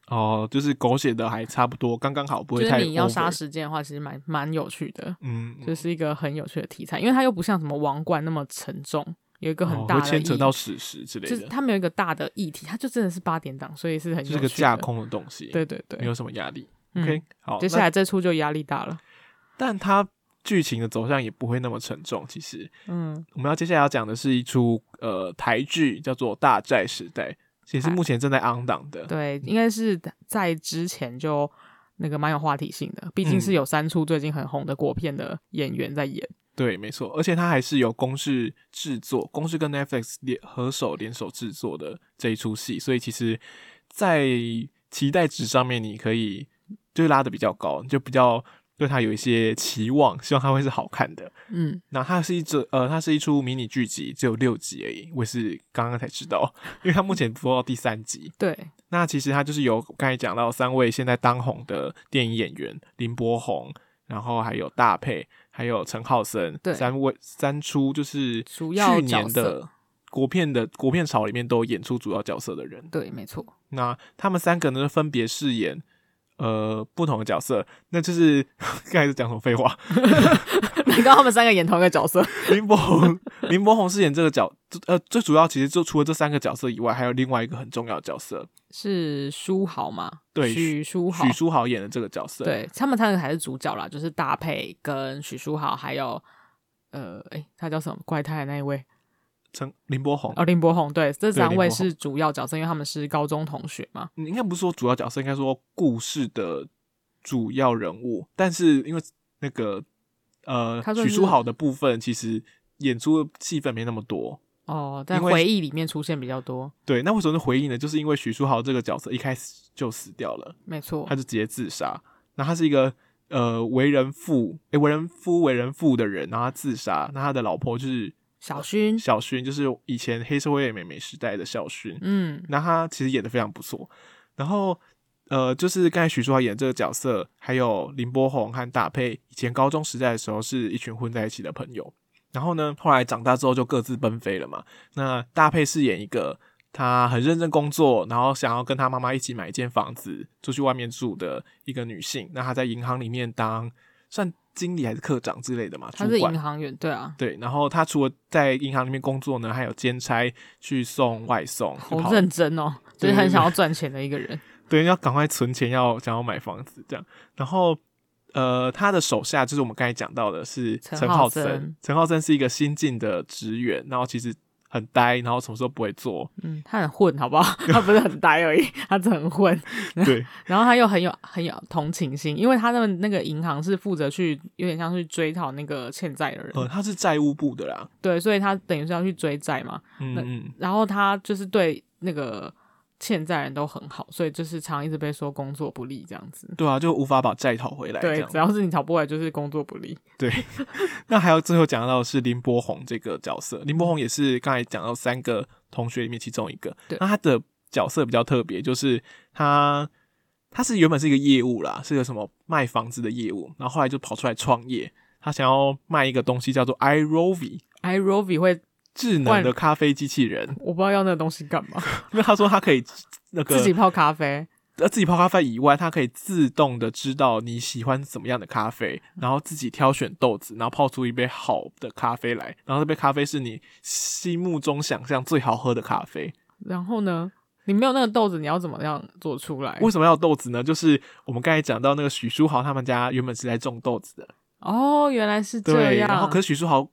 [SPEAKER 1] 哦，就是狗血的还差不多，刚刚好，不会
[SPEAKER 2] 就
[SPEAKER 1] 太。
[SPEAKER 2] 是你要杀，时间的话，其实蛮蛮有趣的，
[SPEAKER 1] 嗯，
[SPEAKER 2] 这是一个很有趣的题材，因为它又不像什么王冠那么沉重，有一个很
[SPEAKER 1] 哦
[SPEAKER 2] 大
[SPEAKER 1] 会
[SPEAKER 2] 的、
[SPEAKER 1] 牵扯到，史实之类
[SPEAKER 2] 就是
[SPEAKER 1] 的，
[SPEAKER 2] 它没有一个大的议题，它就真的是八点档，所以是很
[SPEAKER 1] 就
[SPEAKER 2] 有
[SPEAKER 1] 是
[SPEAKER 2] 趣
[SPEAKER 1] 个
[SPEAKER 2] 的
[SPEAKER 1] 架。空的东西，
[SPEAKER 2] 对对
[SPEAKER 1] 没
[SPEAKER 2] 对、
[SPEAKER 1] 有什么压力。
[SPEAKER 2] 嗯
[SPEAKER 1] OK，好，
[SPEAKER 2] 接下来这出就压力大了。
[SPEAKER 1] 那但它剧情的走向也不会那么沉重。其实
[SPEAKER 2] 嗯，
[SPEAKER 1] 我们要接下来要讲的是一出呃台剧，叫做《大债时代》，也是
[SPEAKER 2] 哎
[SPEAKER 1] 目前正在 on 档的。
[SPEAKER 2] 对，应该是在之前就那个蛮有话题性的，毕竟是
[SPEAKER 1] 嗯
[SPEAKER 2] 有三出最近很红的国片的演员在演。
[SPEAKER 1] 对，没错，而且它还是由公视制作，公视跟 Netflix 联合手联手制作的这一出戏，所以其实，在期待值上面，你可以就拉的比较高，你就比较对它有一些期望，希望它会是好看的。
[SPEAKER 2] 嗯，
[SPEAKER 1] 那它是一则呃，它是一出迷你剧集，只有六集而已，我也是刚刚才知道，因为它目前播到第三集。
[SPEAKER 2] 对，
[SPEAKER 1] 那其实它就是由刚才讲到三位现在当红的电影演员林柏宏，然后还有大佩，还有陈浩森，
[SPEAKER 2] 对
[SPEAKER 1] 三位三出就是
[SPEAKER 2] 主要
[SPEAKER 1] 去年
[SPEAKER 2] 角
[SPEAKER 1] 的
[SPEAKER 2] 色
[SPEAKER 1] 国片的国片潮里面都有演出主要角色的人。
[SPEAKER 2] 对，没错。
[SPEAKER 1] 那他们三个呢，分别饰演呃不同的角色，那就是刚才是讲什么废话？
[SPEAKER 2] 你刚他们三个演同一个角色，
[SPEAKER 1] 林柏宏，林柏宏饰演这个角，呃，最主要其实就除了这三个角色以外，还有另外一个很重要的角色，
[SPEAKER 2] 是书豪嘛？
[SPEAKER 1] 对
[SPEAKER 2] 许书豪
[SPEAKER 1] 许。书豪演的这个角色。
[SPEAKER 2] 对他们三个还是主角啦，就是搭配跟许书豪还有呃，诶，他叫什么怪胎的那一位
[SPEAKER 1] 陈林柏宏，
[SPEAKER 2] 哦，林柏宏。对，这三
[SPEAKER 1] 林
[SPEAKER 2] 位
[SPEAKER 1] 柏宏
[SPEAKER 2] 是主要角色，因为他们是高中同学嘛。
[SPEAKER 1] 应该不是说主要角色，应该说故事的主要人物。但是因为那个呃
[SPEAKER 2] 他，算
[SPEAKER 1] 许
[SPEAKER 2] 是
[SPEAKER 1] 书豪的部分，其实演出的戏份没那么多。
[SPEAKER 2] 哦，在
[SPEAKER 1] 因为
[SPEAKER 2] 回忆里面出现比较多，
[SPEAKER 1] 对，那为什么是回应呢？就是因为许书豪这个角色一开始就死掉了，
[SPEAKER 2] 没错
[SPEAKER 1] 他。就直接自杀。那他是一个呃为人父，诶、为人夫为人父的人，然后他自杀。那他的老婆就是
[SPEAKER 2] 小薰，
[SPEAKER 1] 小薰，就是以前黑社会美眉时代的小薰。
[SPEAKER 2] 嗯
[SPEAKER 1] 那他其实演的非常不错。然后呃，就是刚才许淑华演这个角色，还有林柏宏和大佩，以前高中时代的时候是一群混在一起的朋友。然后呢，后来长大之后就各自奔飞了嘛。那大佩饰演一个她很认真工作，然后想要跟她妈妈一起买一间房子，出去外面住的一个女性。那她在银行里面当算经理还是科长之类的嘛，
[SPEAKER 2] 他
[SPEAKER 1] 主
[SPEAKER 2] 是
[SPEAKER 1] 管
[SPEAKER 2] 银行员，对啊，
[SPEAKER 1] 对，然后他除了在银行里面工作呢，还有兼差去送外送，就
[SPEAKER 2] 好
[SPEAKER 1] 跑
[SPEAKER 2] 认真哦，就
[SPEAKER 1] 对
[SPEAKER 2] 是很
[SPEAKER 1] 对
[SPEAKER 2] 想要赚钱的一个人。
[SPEAKER 1] 对，要赶快存钱，要想要买房子这样。然后，呃，他的手下就是我们刚才讲到的是
[SPEAKER 2] 陈
[SPEAKER 1] 陈
[SPEAKER 2] 浩
[SPEAKER 1] 浩
[SPEAKER 2] 森
[SPEAKER 1] 森，陈浩森是一个新进的职员，然后其实很呆，然后什么时候不会 做，
[SPEAKER 2] 嗯，他很混， 好不好？他不是很呆而已，他真的很混。
[SPEAKER 1] 对
[SPEAKER 2] 然后他又很有很有同情心，因为他的那个银行是负责去有点像去追讨那个欠债的人，
[SPEAKER 1] 呃，他是债务部的啦，
[SPEAKER 2] 对，所以他等于是要去追债嘛。
[SPEAKER 1] 嗯
[SPEAKER 2] 那
[SPEAKER 1] 嗯，
[SPEAKER 2] 然后他就是对那个欠债人都很好，所以就是常一直被说工作不利这样子。
[SPEAKER 1] 对啊，就无法把债讨回来这
[SPEAKER 2] 对，
[SPEAKER 1] 样
[SPEAKER 2] 只。要是你讨不回来，就是工作不利。
[SPEAKER 1] 那还有最后讲到的是林柏宏这个角色，林柏宏也是刚才讲到三个同学里面其中一个。
[SPEAKER 2] 对
[SPEAKER 1] 那他的角色比较特别，就是他他是原本是一个业务啦，是个什么卖房子的业务，然后后来就跑出来创业，他想要卖一个东西叫做 iRovi。
[SPEAKER 2] i r o v i 哎会，
[SPEAKER 1] 智能的咖啡机器人，
[SPEAKER 2] 我不知道要那个东西干嘛，
[SPEAKER 1] 因为他说他可以那个
[SPEAKER 2] 自己泡咖啡，
[SPEAKER 1] 呃自己泡咖啡以外，它可以自动的知道你喜欢什么样的咖啡，然后自己挑选豆子，然后泡出一杯好的咖啡来，然后这杯咖啡是你心目中想象最好喝的咖啡。
[SPEAKER 2] 然后呢，你没有那个豆子，你要怎么样做出来？
[SPEAKER 1] 为什么要有豆子呢？就是我们刚才讲到那个许书豪他们家原本是在种豆子的，
[SPEAKER 2] 哦，原来是这
[SPEAKER 1] 对，
[SPEAKER 2] 样。
[SPEAKER 1] 然后可是许书豪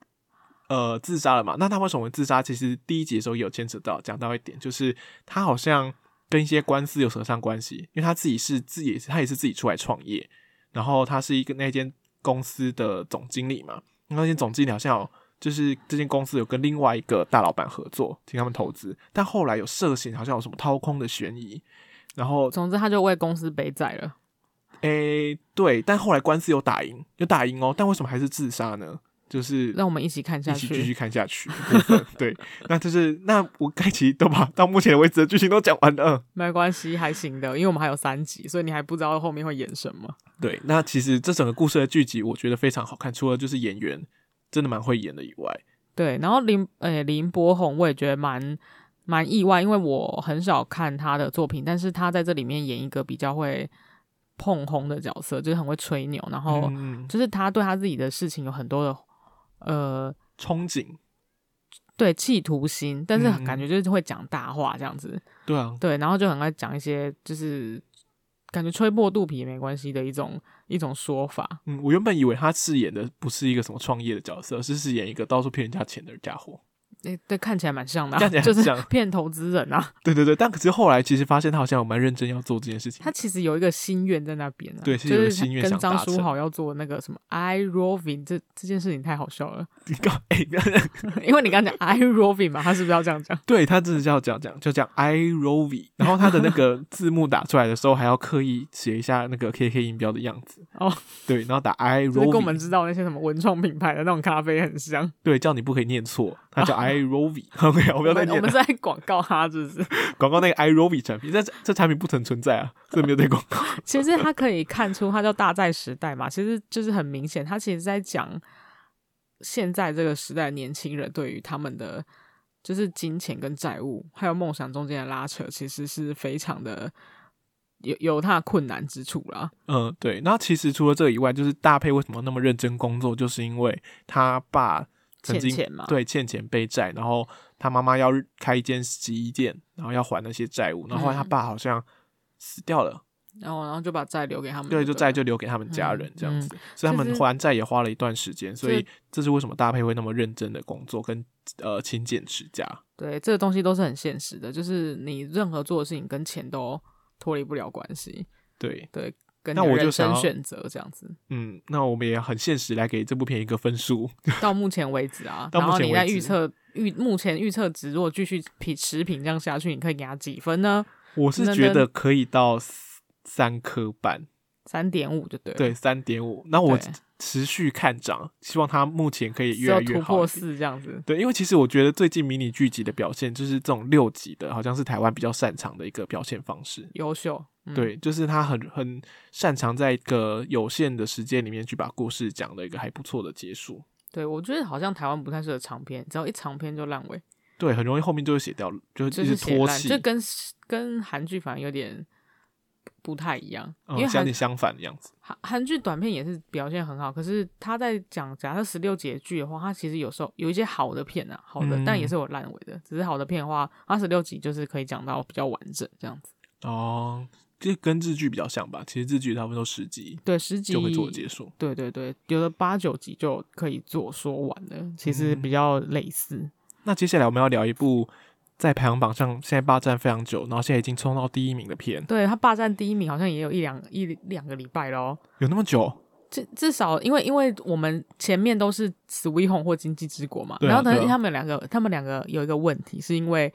[SPEAKER 1] 呃自杀了嘛，那他为什么会自杀？其实第一集的时候也有牵扯到，讲到一点，就是他好像跟一些官司有扯上关系，因为他自己是自己他也是自己出来创业，然后他是一个那间公司的总经理嘛，那间总经理好像有。就是这间公司有跟另外一个大老板合作，请他们投资，但后来有涉嫌好像有什么掏空的嫌疑，然后
[SPEAKER 2] 总之他就为公司背债了。
[SPEAKER 1] 诶、对，但后来官司有打赢，有打赢哦，但为什么还是自杀呢？就是
[SPEAKER 2] 让我们一起看下
[SPEAKER 1] 一起继
[SPEAKER 2] 去。
[SPEAKER 1] 续看下去的 部分。对，那就是那我该其实都把到目前为止的剧情都讲完了。
[SPEAKER 2] 没关系，还行的，因为我们还有三集，所以你还不知道后面会演什么。
[SPEAKER 1] 对，那其实这整个故事的剧集我觉得非常好看，除了就是演员真的蛮会演的以外，
[SPEAKER 2] 对，然后林诶、林柏宏，我也觉得蛮蛮意外，因为我很少看他的作品，但是他在这里面演一个比较会碰红的角色，就是很会吹牛，然后
[SPEAKER 1] 嗯，
[SPEAKER 2] 就是他对他自己的事情有很多的呃
[SPEAKER 1] 憧憬，
[SPEAKER 2] 对企图心，但是
[SPEAKER 1] 嗯嗯
[SPEAKER 2] 感觉就是会讲大话这样子。
[SPEAKER 1] 对啊，
[SPEAKER 2] 对，然后就很爱讲一些就是感觉吹破肚皮也没关系的一种一种说法。
[SPEAKER 1] 嗯，我原本以为他饰演的不是一个什么创业的角色，是饰演一个到处骗人家钱的家伙。
[SPEAKER 2] 诶、对，看起来蛮像的啊、
[SPEAKER 1] 看起来
[SPEAKER 2] 就
[SPEAKER 1] 很
[SPEAKER 2] 是
[SPEAKER 1] 像
[SPEAKER 2] 骗投资人啊。
[SPEAKER 1] 对对对，但可是后来其实发现他好像有蛮认真要做这件事情
[SPEAKER 2] 他。其实有一个心愿在那边啊，
[SPEAKER 1] 对
[SPEAKER 2] 就是
[SPEAKER 1] 有一个
[SPEAKER 2] 是他
[SPEAKER 1] 心愿
[SPEAKER 2] 跟
[SPEAKER 1] 想
[SPEAKER 2] 张
[SPEAKER 1] 达
[SPEAKER 2] 书
[SPEAKER 1] 成
[SPEAKER 2] 豪要做那个什么 i roving 这这件事情太好笑了，
[SPEAKER 1] 你搞哎，
[SPEAKER 2] 因为你刚刚讲 i roving 嘛，他是不是要这样讲？
[SPEAKER 1] 对他真的叫讲讲，就讲 I Rovi，然后他的那 个字幕打出来的时候，还要刻意写一下那个 KK 音标的样子
[SPEAKER 2] 哦，
[SPEAKER 1] 对，然后打 I
[SPEAKER 2] 就是跟我们
[SPEAKER 1] Rovi，
[SPEAKER 2] 知道那些什么文创品牌的那种咖啡很像。
[SPEAKER 1] 对，叫你不可以念错，他叫 I Rovi。OK，我
[SPEAKER 2] 我
[SPEAKER 1] 不要再
[SPEAKER 2] 哦们我
[SPEAKER 1] 念
[SPEAKER 2] 们
[SPEAKER 1] 了。
[SPEAKER 2] 在广告他，是不是？
[SPEAKER 1] 广告那个 I Rovi 产品，但这这产品不曾存在啊，这没有对广 告。
[SPEAKER 2] 其实他可以看出，他叫大债时代嘛，其实就是很明显，他其实在讲现在这个时代的年轻人对于他们的就是金钱跟债务还有梦想中间的拉扯，其实是非常的有有他的困难之处啦。
[SPEAKER 1] 嗯，对。那其实除了这个以外，就是大佩为什么那么认真工作，就是因为他爸曾
[SPEAKER 2] 欠
[SPEAKER 1] 经
[SPEAKER 2] 钱嘛，
[SPEAKER 1] 对欠钱背债，然后他妈妈要开一间洗衣店，然后要还那些债务，然后后来他
[SPEAKER 2] 嗯
[SPEAKER 1] 爸好像死掉了。
[SPEAKER 2] 然后然后就把债留给他们，
[SPEAKER 1] 对，就
[SPEAKER 2] 债
[SPEAKER 1] 债就留给他们
[SPEAKER 2] 嗯
[SPEAKER 1] 家人这样子，所以他
[SPEAKER 2] 就
[SPEAKER 1] 们
[SPEAKER 2] 是
[SPEAKER 1] 还债也花了一段时间，所以
[SPEAKER 2] 这
[SPEAKER 1] 这是为什么搭配会那么认真的工作跟呃勤俭持家。
[SPEAKER 2] 对，这个东西都是很现实的，就是你任何做的事情跟钱都脱离不了关系，
[SPEAKER 1] 对，
[SPEAKER 2] 跟
[SPEAKER 1] 那
[SPEAKER 2] 你的
[SPEAKER 1] 我就
[SPEAKER 2] 人
[SPEAKER 1] 想
[SPEAKER 2] 生
[SPEAKER 1] 要
[SPEAKER 2] 选择这样子。
[SPEAKER 1] 嗯，那我们也很现实来给这部片一个分数。
[SPEAKER 2] 到目前为止啊
[SPEAKER 1] ，到
[SPEAKER 2] 然
[SPEAKER 1] 目
[SPEAKER 2] 后
[SPEAKER 1] 前
[SPEAKER 2] 你
[SPEAKER 1] 为
[SPEAKER 2] 在
[SPEAKER 1] 止
[SPEAKER 2] 预测预目前预测值，如果继续平持平这样下去，你可以给他几分呢？
[SPEAKER 1] 我是
[SPEAKER 2] 那
[SPEAKER 1] 觉
[SPEAKER 2] 那
[SPEAKER 1] 得可以到三三颗半，
[SPEAKER 2] 三点五就对了，
[SPEAKER 1] 对，三点五。那我
[SPEAKER 2] 对
[SPEAKER 1] 持续看涨，希望它目前可以越来
[SPEAKER 2] 只
[SPEAKER 1] 越
[SPEAKER 2] 有突
[SPEAKER 1] 好一
[SPEAKER 2] 破
[SPEAKER 1] 点。
[SPEAKER 2] 四这样子。
[SPEAKER 1] 对，因为其实我觉得最近迷你剧集的表现，就是这种六集的，好像是台湾比较擅长的一个表现方式。
[SPEAKER 2] 优秀，嗯、，
[SPEAKER 1] 对，就是他很很擅长在一个有限的时间里面去把故事讲的一个还不错的结束。
[SPEAKER 2] 对我觉得好像台湾不太适合长篇，只要一长篇就烂尾，
[SPEAKER 1] 对，很容易后面就会写掉，就是
[SPEAKER 2] 就
[SPEAKER 1] 一直
[SPEAKER 2] 是写
[SPEAKER 1] 拖
[SPEAKER 2] 烂，
[SPEAKER 1] 戏，
[SPEAKER 2] 就跟跟韩剧反而有点不太一样，因为
[SPEAKER 1] 嗯，像
[SPEAKER 2] 韩
[SPEAKER 1] 你相反的样子。
[SPEAKER 2] 韩韩剧短片也是表现很好，可是他在讲假设十六集的剧的话，他其实有时候有一些好的片啊，好的，
[SPEAKER 1] 嗯
[SPEAKER 2] 但也是有烂尾的。只是好的片的话，它十六集就是可以讲到比较完整这样子。
[SPEAKER 1] 哦，这跟日剧比较像吧？其实日剧大部分都十集
[SPEAKER 2] 对，十集
[SPEAKER 1] 就会做结束。
[SPEAKER 2] 对对对，有的八九集就可以做说完了，其实
[SPEAKER 1] 嗯
[SPEAKER 2] 比较类似。
[SPEAKER 1] 那接下来我们要聊一部在排行榜上现在霸占非常久，然后现在已经冲到第一名的片，
[SPEAKER 2] 对他霸占第一名好像也有一两一两个礼拜咯。
[SPEAKER 1] 有那么久？
[SPEAKER 2] 至至少，因为因为我们前面都是《Sweet Home》或《经济之国》嘛，
[SPEAKER 1] 对啊
[SPEAKER 2] 然后
[SPEAKER 1] 对
[SPEAKER 2] 等
[SPEAKER 1] 啊
[SPEAKER 2] 他们两个，他们两个有一个问题，是因为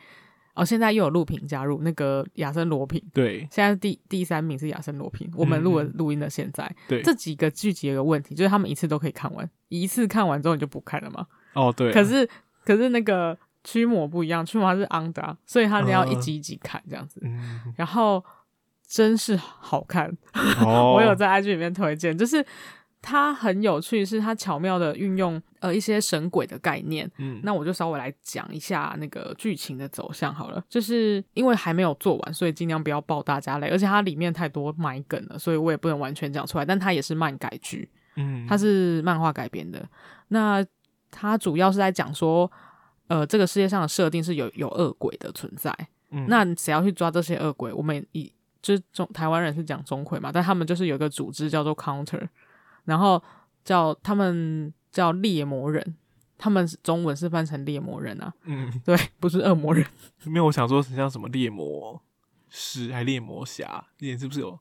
[SPEAKER 2] 哦，现在又有录屏加入那个亚森罗平，
[SPEAKER 1] 对
[SPEAKER 2] 现在第第三名是亚森罗平，我们录了录音的现在，
[SPEAKER 1] 嗯对，
[SPEAKER 2] 这几个剧集有个问题，就是他们一次都可以看完，一次看完之后你就不看了嘛，
[SPEAKER 1] 哦对，
[SPEAKER 2] 可是可是那个驱魔不一样，驱魔它是 under，所以他
[SPEAKER 1] 啊
[SPEAKER 2] 要一集一集看这样子，
[SPEAKER 1] 嗯，
[SPEAKER 2] 然后真是好看，
[SPEAKER 1] 哦，
[SPEAKER 2] 我有在 IG 里面推荐，就是它很有趣，是它巧妙的运用呃一些神鬼的概念。
[SPEAKER 1] 嗯，
[SPEAKER 2] 那我就稍微来讲一下那个剧情的走向好了，就是因为还没有做完，所以尽量不要爆大家雷，而且它里面太多埋梗了，所以我也不能完全讲出来。但它也是漫改剧，
[SPEAKER 1] 嗯，
[SPEAKER 2] 它是漫画改编的。那它主要是在讲说，呃，这个世界上的设定是有有恶鬼的存在，
[SPEAKER 1] 嗯
[SPEAKER 2] 那谁要去抓这些恶鬼？我们以就是中台湾人是讲钟馗嘛，但他们就是有一个组织叫做 Counter，然后叫他们叫猎魔人，他们中文是翻成猎魔人啊，
[SPEAKER 1] 嗯，
[SPEAKER 2] 对，不是恶魔人。
[SPEAKER 1] 没有，我想说很像什么猎魔师还猎魔侠，你是不是有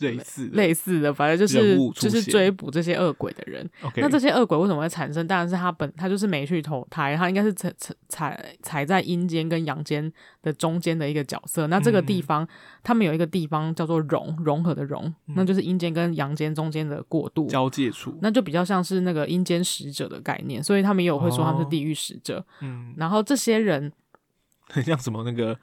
[SPEAKER 1] 类似的
[SPEAKER 2] 类似的，反正就是
[SPEAKER 1] 人物出
[SPEAKER 2] 就
[SPEAKER 1] 现
[SPEAKER 2] 是追捕这些恶鬼的人。
[SPEAKER 1] ？OK，
[SPEAKER 2] 那这些恶鬼为什么会产生？当然是他本他就是没去投胎，他应该是踩踩踩踩在阴间跟阳间的中间的一个角色。那这个地方，他们有一个地方叫做融融合的融，那就是阴间跟阳间中间的过渡。
[SPEAKER 1] 交界处，
[SPEAKER 2] 那就比较像是那个阴间使者的概念，所以他们也有会说他们是地狱使者。
[SPEAKER 1] 嗯，
[SPEAKER 2] 然后这些人
[SPEAKER 1] 很像什么那个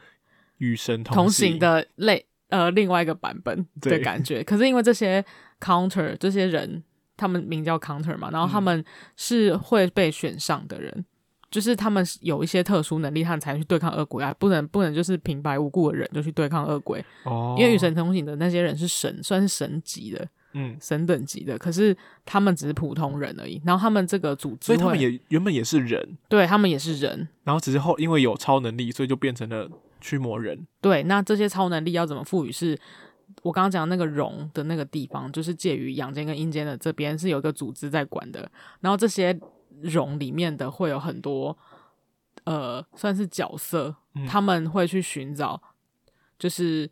[SPEAKER 1] 与神
[SPEAKER 2] 同
[SPEAKER 1] 行
[SPEAKER 2] 行，的类呃另外一个版本的
[SPEAKER 1] 对
[SPEAKER 2] 感觉。可是因为这些 counter 这些人，他们名叫 counter 嘛，然
[SPEAKER 1] 嗯
[SPEAKER 2] 后他们是会被选上的人，就是他们是有一些特殊能力，他们才去对抗恶鬼啊，不能不能就是平白无故的人就去对抗恶鬼，
[SPEAKER 1] 哦，
[SPEAKER 2] 因为与神同行的那些人是神，算是神级的
[SPEAKER 1] 嗯，
[SPEAKER 2] 神等级的，可是他们只是普通人而已。然后他们这个组织
[SPEAKER 1] 所以
[SPEAKER 2] 会，
[SPEAKER 1] 他们也原本也是人，
[SPEAKER 2] 对他们也是人。
[SPEAKER 1] 然后只是后因为有超能力，所以就变成了驱魔人，
[SPEAKER 2] 对，那这些超能力要怎么赋予是？我刚刚讲的那个融的那个地方，就是介于阳间跟阴间的这边是有一个组织在管的，然后这些融里面的会有很多呃，算是角色，
[SPEAKER 1] 嗯
[SPEAKER 2] 他们会去寻找就是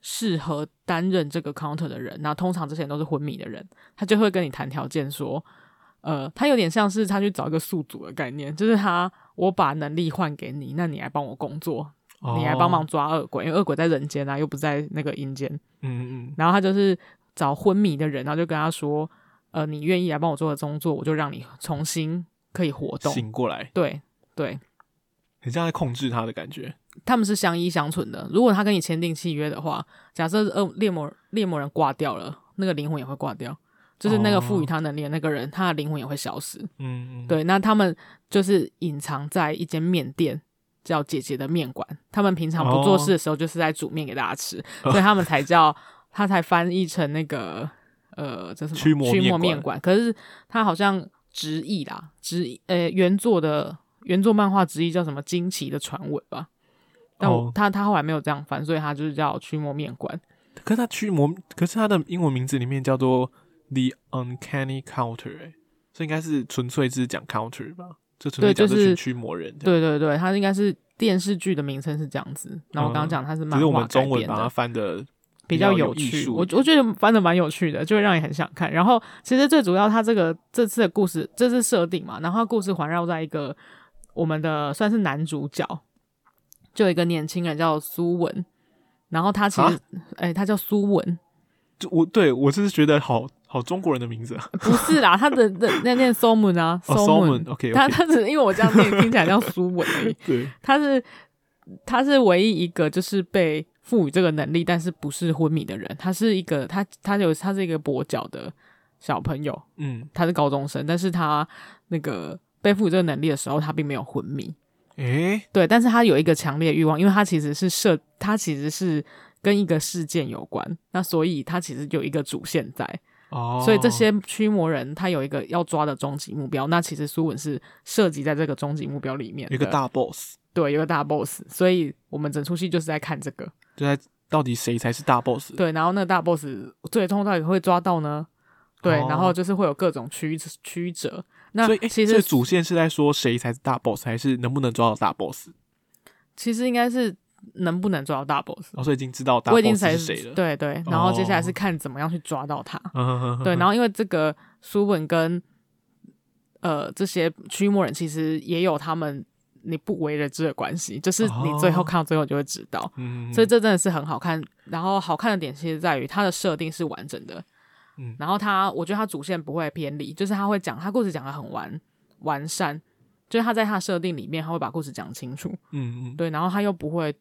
[SPEAKER 2] 适合担任这个 counter 的人，那通常这些人都是昏迷的人，他就会跟你谈条件说，呃，他有点像是他去找一个宿主的概念，就是他我把能力换给你，那你来帮我工作，你来
[SPEAKER 1] 哦
[SPEAKER 2] 帮忙，抓恶鬼，因为恶鬼在人间啊，又不在那个阴间。
[SPEAKER 1] 嗯嗯
[SPEAKER 2] 然后他就是找昏迷的人，然后就跟他说：“呃，你愿意来帮我做的工作，我就让你重新可以活
[SPEAKER 1] 嗯，
[SPEAKER 2] 动。
[SPEAKER 1] 醒过来，
[SPEAKER 2] 对”对
[SPEAKER 1] 很像在控制他的感觉，
[SPEAKER 2] 他们是相依相存的。如果他跟你签订契约的话，假设恶猎魔猎魔人挂掉了，那个灵魂也会挂掉，就是那个赋予他能力的那个人，他的灵魂也会消失。
[SPEAKER 1] 嗯嗯，
[SPEAKER 2] 对，那他们就是隐藏在一间面店，叫姐姐的面馆。他们平常不做事的时候，就是在煮面给大家吃，
[SPEAKER 1] 哦
[SPEAKER 2] 所以他们才叫他才翻译成那个呃，这是什么
[SPEAKER 1] 驱魔面馆
[SPEAKER 2] 面馆。可是他好像直译啦，直呃原作的原作漫画直译叫什么惊奇的传闻吧。但我、
[SPEAKER 1] 哦
[SPEAKER 2] 他他后来没有这样翻，所以他就是叫驱魔面馆。
[SPEAKER 1] 可是他驱魔，可是他的英文名字里面叫做 The Uncanny Counter，、欸、所以应该是纯粹只是讲 counter 吧，就纯粹
[SPEAKER 2] 对就
[SPEAKER 1] 讲这群
[SPEAKER 2] 是
[SPEAKER 1] 驱魔人这样，
[SPEAKER 2] 对对对，他应该是电视剧的名称是这样子。然后我刚刚
[SPEAKER 1] 嗯
[SPEAKER 2] 讲他是漫
[SPEAKER 1] 只是我
[SPEAKER 2] 画
[SPEAKER 1] 们
[SPEAKER 2] 改
[SPEAKER 1] 中文
[SPEAKER 2] 编
[SPEAKER 1] 把
[SPEAKER 2] 的
[SPEAKER 1] 它。翻的
[SPEAKER 2] 比
[SPEAKER 1] 比
[SPEAKER 2] 较
[SPEAKER 1] 较
[SPEAKER 2] 有
[SPEAKER 1] 有艺
[SPEAKER 2] 趣，
[SPEAKER 1] 术
[SPEAKER 2] 我我觉得翻的蛮有趣的，就会让你很想看。然后其实最主要，它这个这次的故事，这次设定嘛，然后它故事环绕在一个我们的算是男主角，就有一个年轻人叫苏文，然后他其实
[SPEAKER 1] 啊
[SPEAKER 2] 哎、他叫苏文，
[SPEAKER 1] 就我对我就是觉得好好中国人的名字啊，
[SPEAKER 2] 不是啦，他的那那念 s o m u n 啊 s
[SPEAKER 1] 哦
[SPEAKER 2] o m u n
[SPEAKER 1] ，Solomon，OK，OK
[SPEAKER 2] 他他只因为我这样念听起来像苏文而已，
[SPEAKER 1] 对，
[SPEAKER 2] 他是他是唯一一个就是被赋予这个能力，但是不是昏迷的人。他是一个他他有他是一个跛脚的小朋友，
[SPEAKER 1] 嗯，
[SPEAKER 2] 他是高中生，但是他那个被赋予这个能力的时候，他并没有昏迷。
[SPEAKER 1] 诶、
[SPEAKER 2] 对，但是他有一个强烈的欲望，因为他其实是设，他其实是跟一个事件有关，那所以他其实有一个主线在，
[SPEAKER 1] 哦，
[SPEAKER 2] 所以这些驱魔人他有一个要抓的终极目标，那其实苏文是涉及在这个终极目标里面
[SPEAKER 1] 有一
[SPEAKER 2] 的，
[SPEAKER 1] 个大 boss，
[SPEAKER 2] 对，有个大 boss，所以我们整出戏就是在看这个。
[SPEAKER 1] 就在到底谁才是大 boss？
[SPEAKER 2] 对，然后那个大 boss 最终到底会抓到呢？对，
[SPEAKER 1] 哦
[SPEAKER 2] 然后就是会有各种曲曲折。那
[SPEAKER 1] 所以，诶
[SPEAKER 2] 其
[SPEAKER 1] 所
[SPEAKER 2] 实
[SPEAKER 1] 以主线是在说谁才是大 boss，还是能不能抓到大 boss？
[SPEAKER 2] 其实应该是能不能抓到大 boss，
[SPEAKER 1] 哦，所以已经知道大
[SPEAKER 2] 我已经
[SPEAKER 1] boss
[SPEAKER 2] 才
[SPEAKER 1] 是谁了。
[SPEAKER 2] 对对，然后接下来
[SPEAKER 1] 哦
[SPEAKER 2] 是看怎么样去抓到他。
[SPEAKER 1] 嗯，
[SPEAKER 2] 对，然
[SPEAKER 1] 后
[SPEAKER 2] 后因为这个苏文跟呃这些驱魔人其实也有他们你不为人知的关系，就是你最后
[SPEAKER 1] 哦
[SPEAKER 2] 看到最后你就会知道。
[SPEAKER 1] 嗯，
[SPEAKER 2] 所以这真的是很好看。然后好看的点其实在于它的设定是完整的，
[SPEAKER 1] 嗯
[SPEAKER 2] 然后它我觉得它主线不会偏离，就是它会讲它故事讲的很完完善，就是它在它的设定里面，它会把故事讲清楚，
[SPEAKER 1] 嗯嗯
[SPEAKER 2] 对，然后它又不会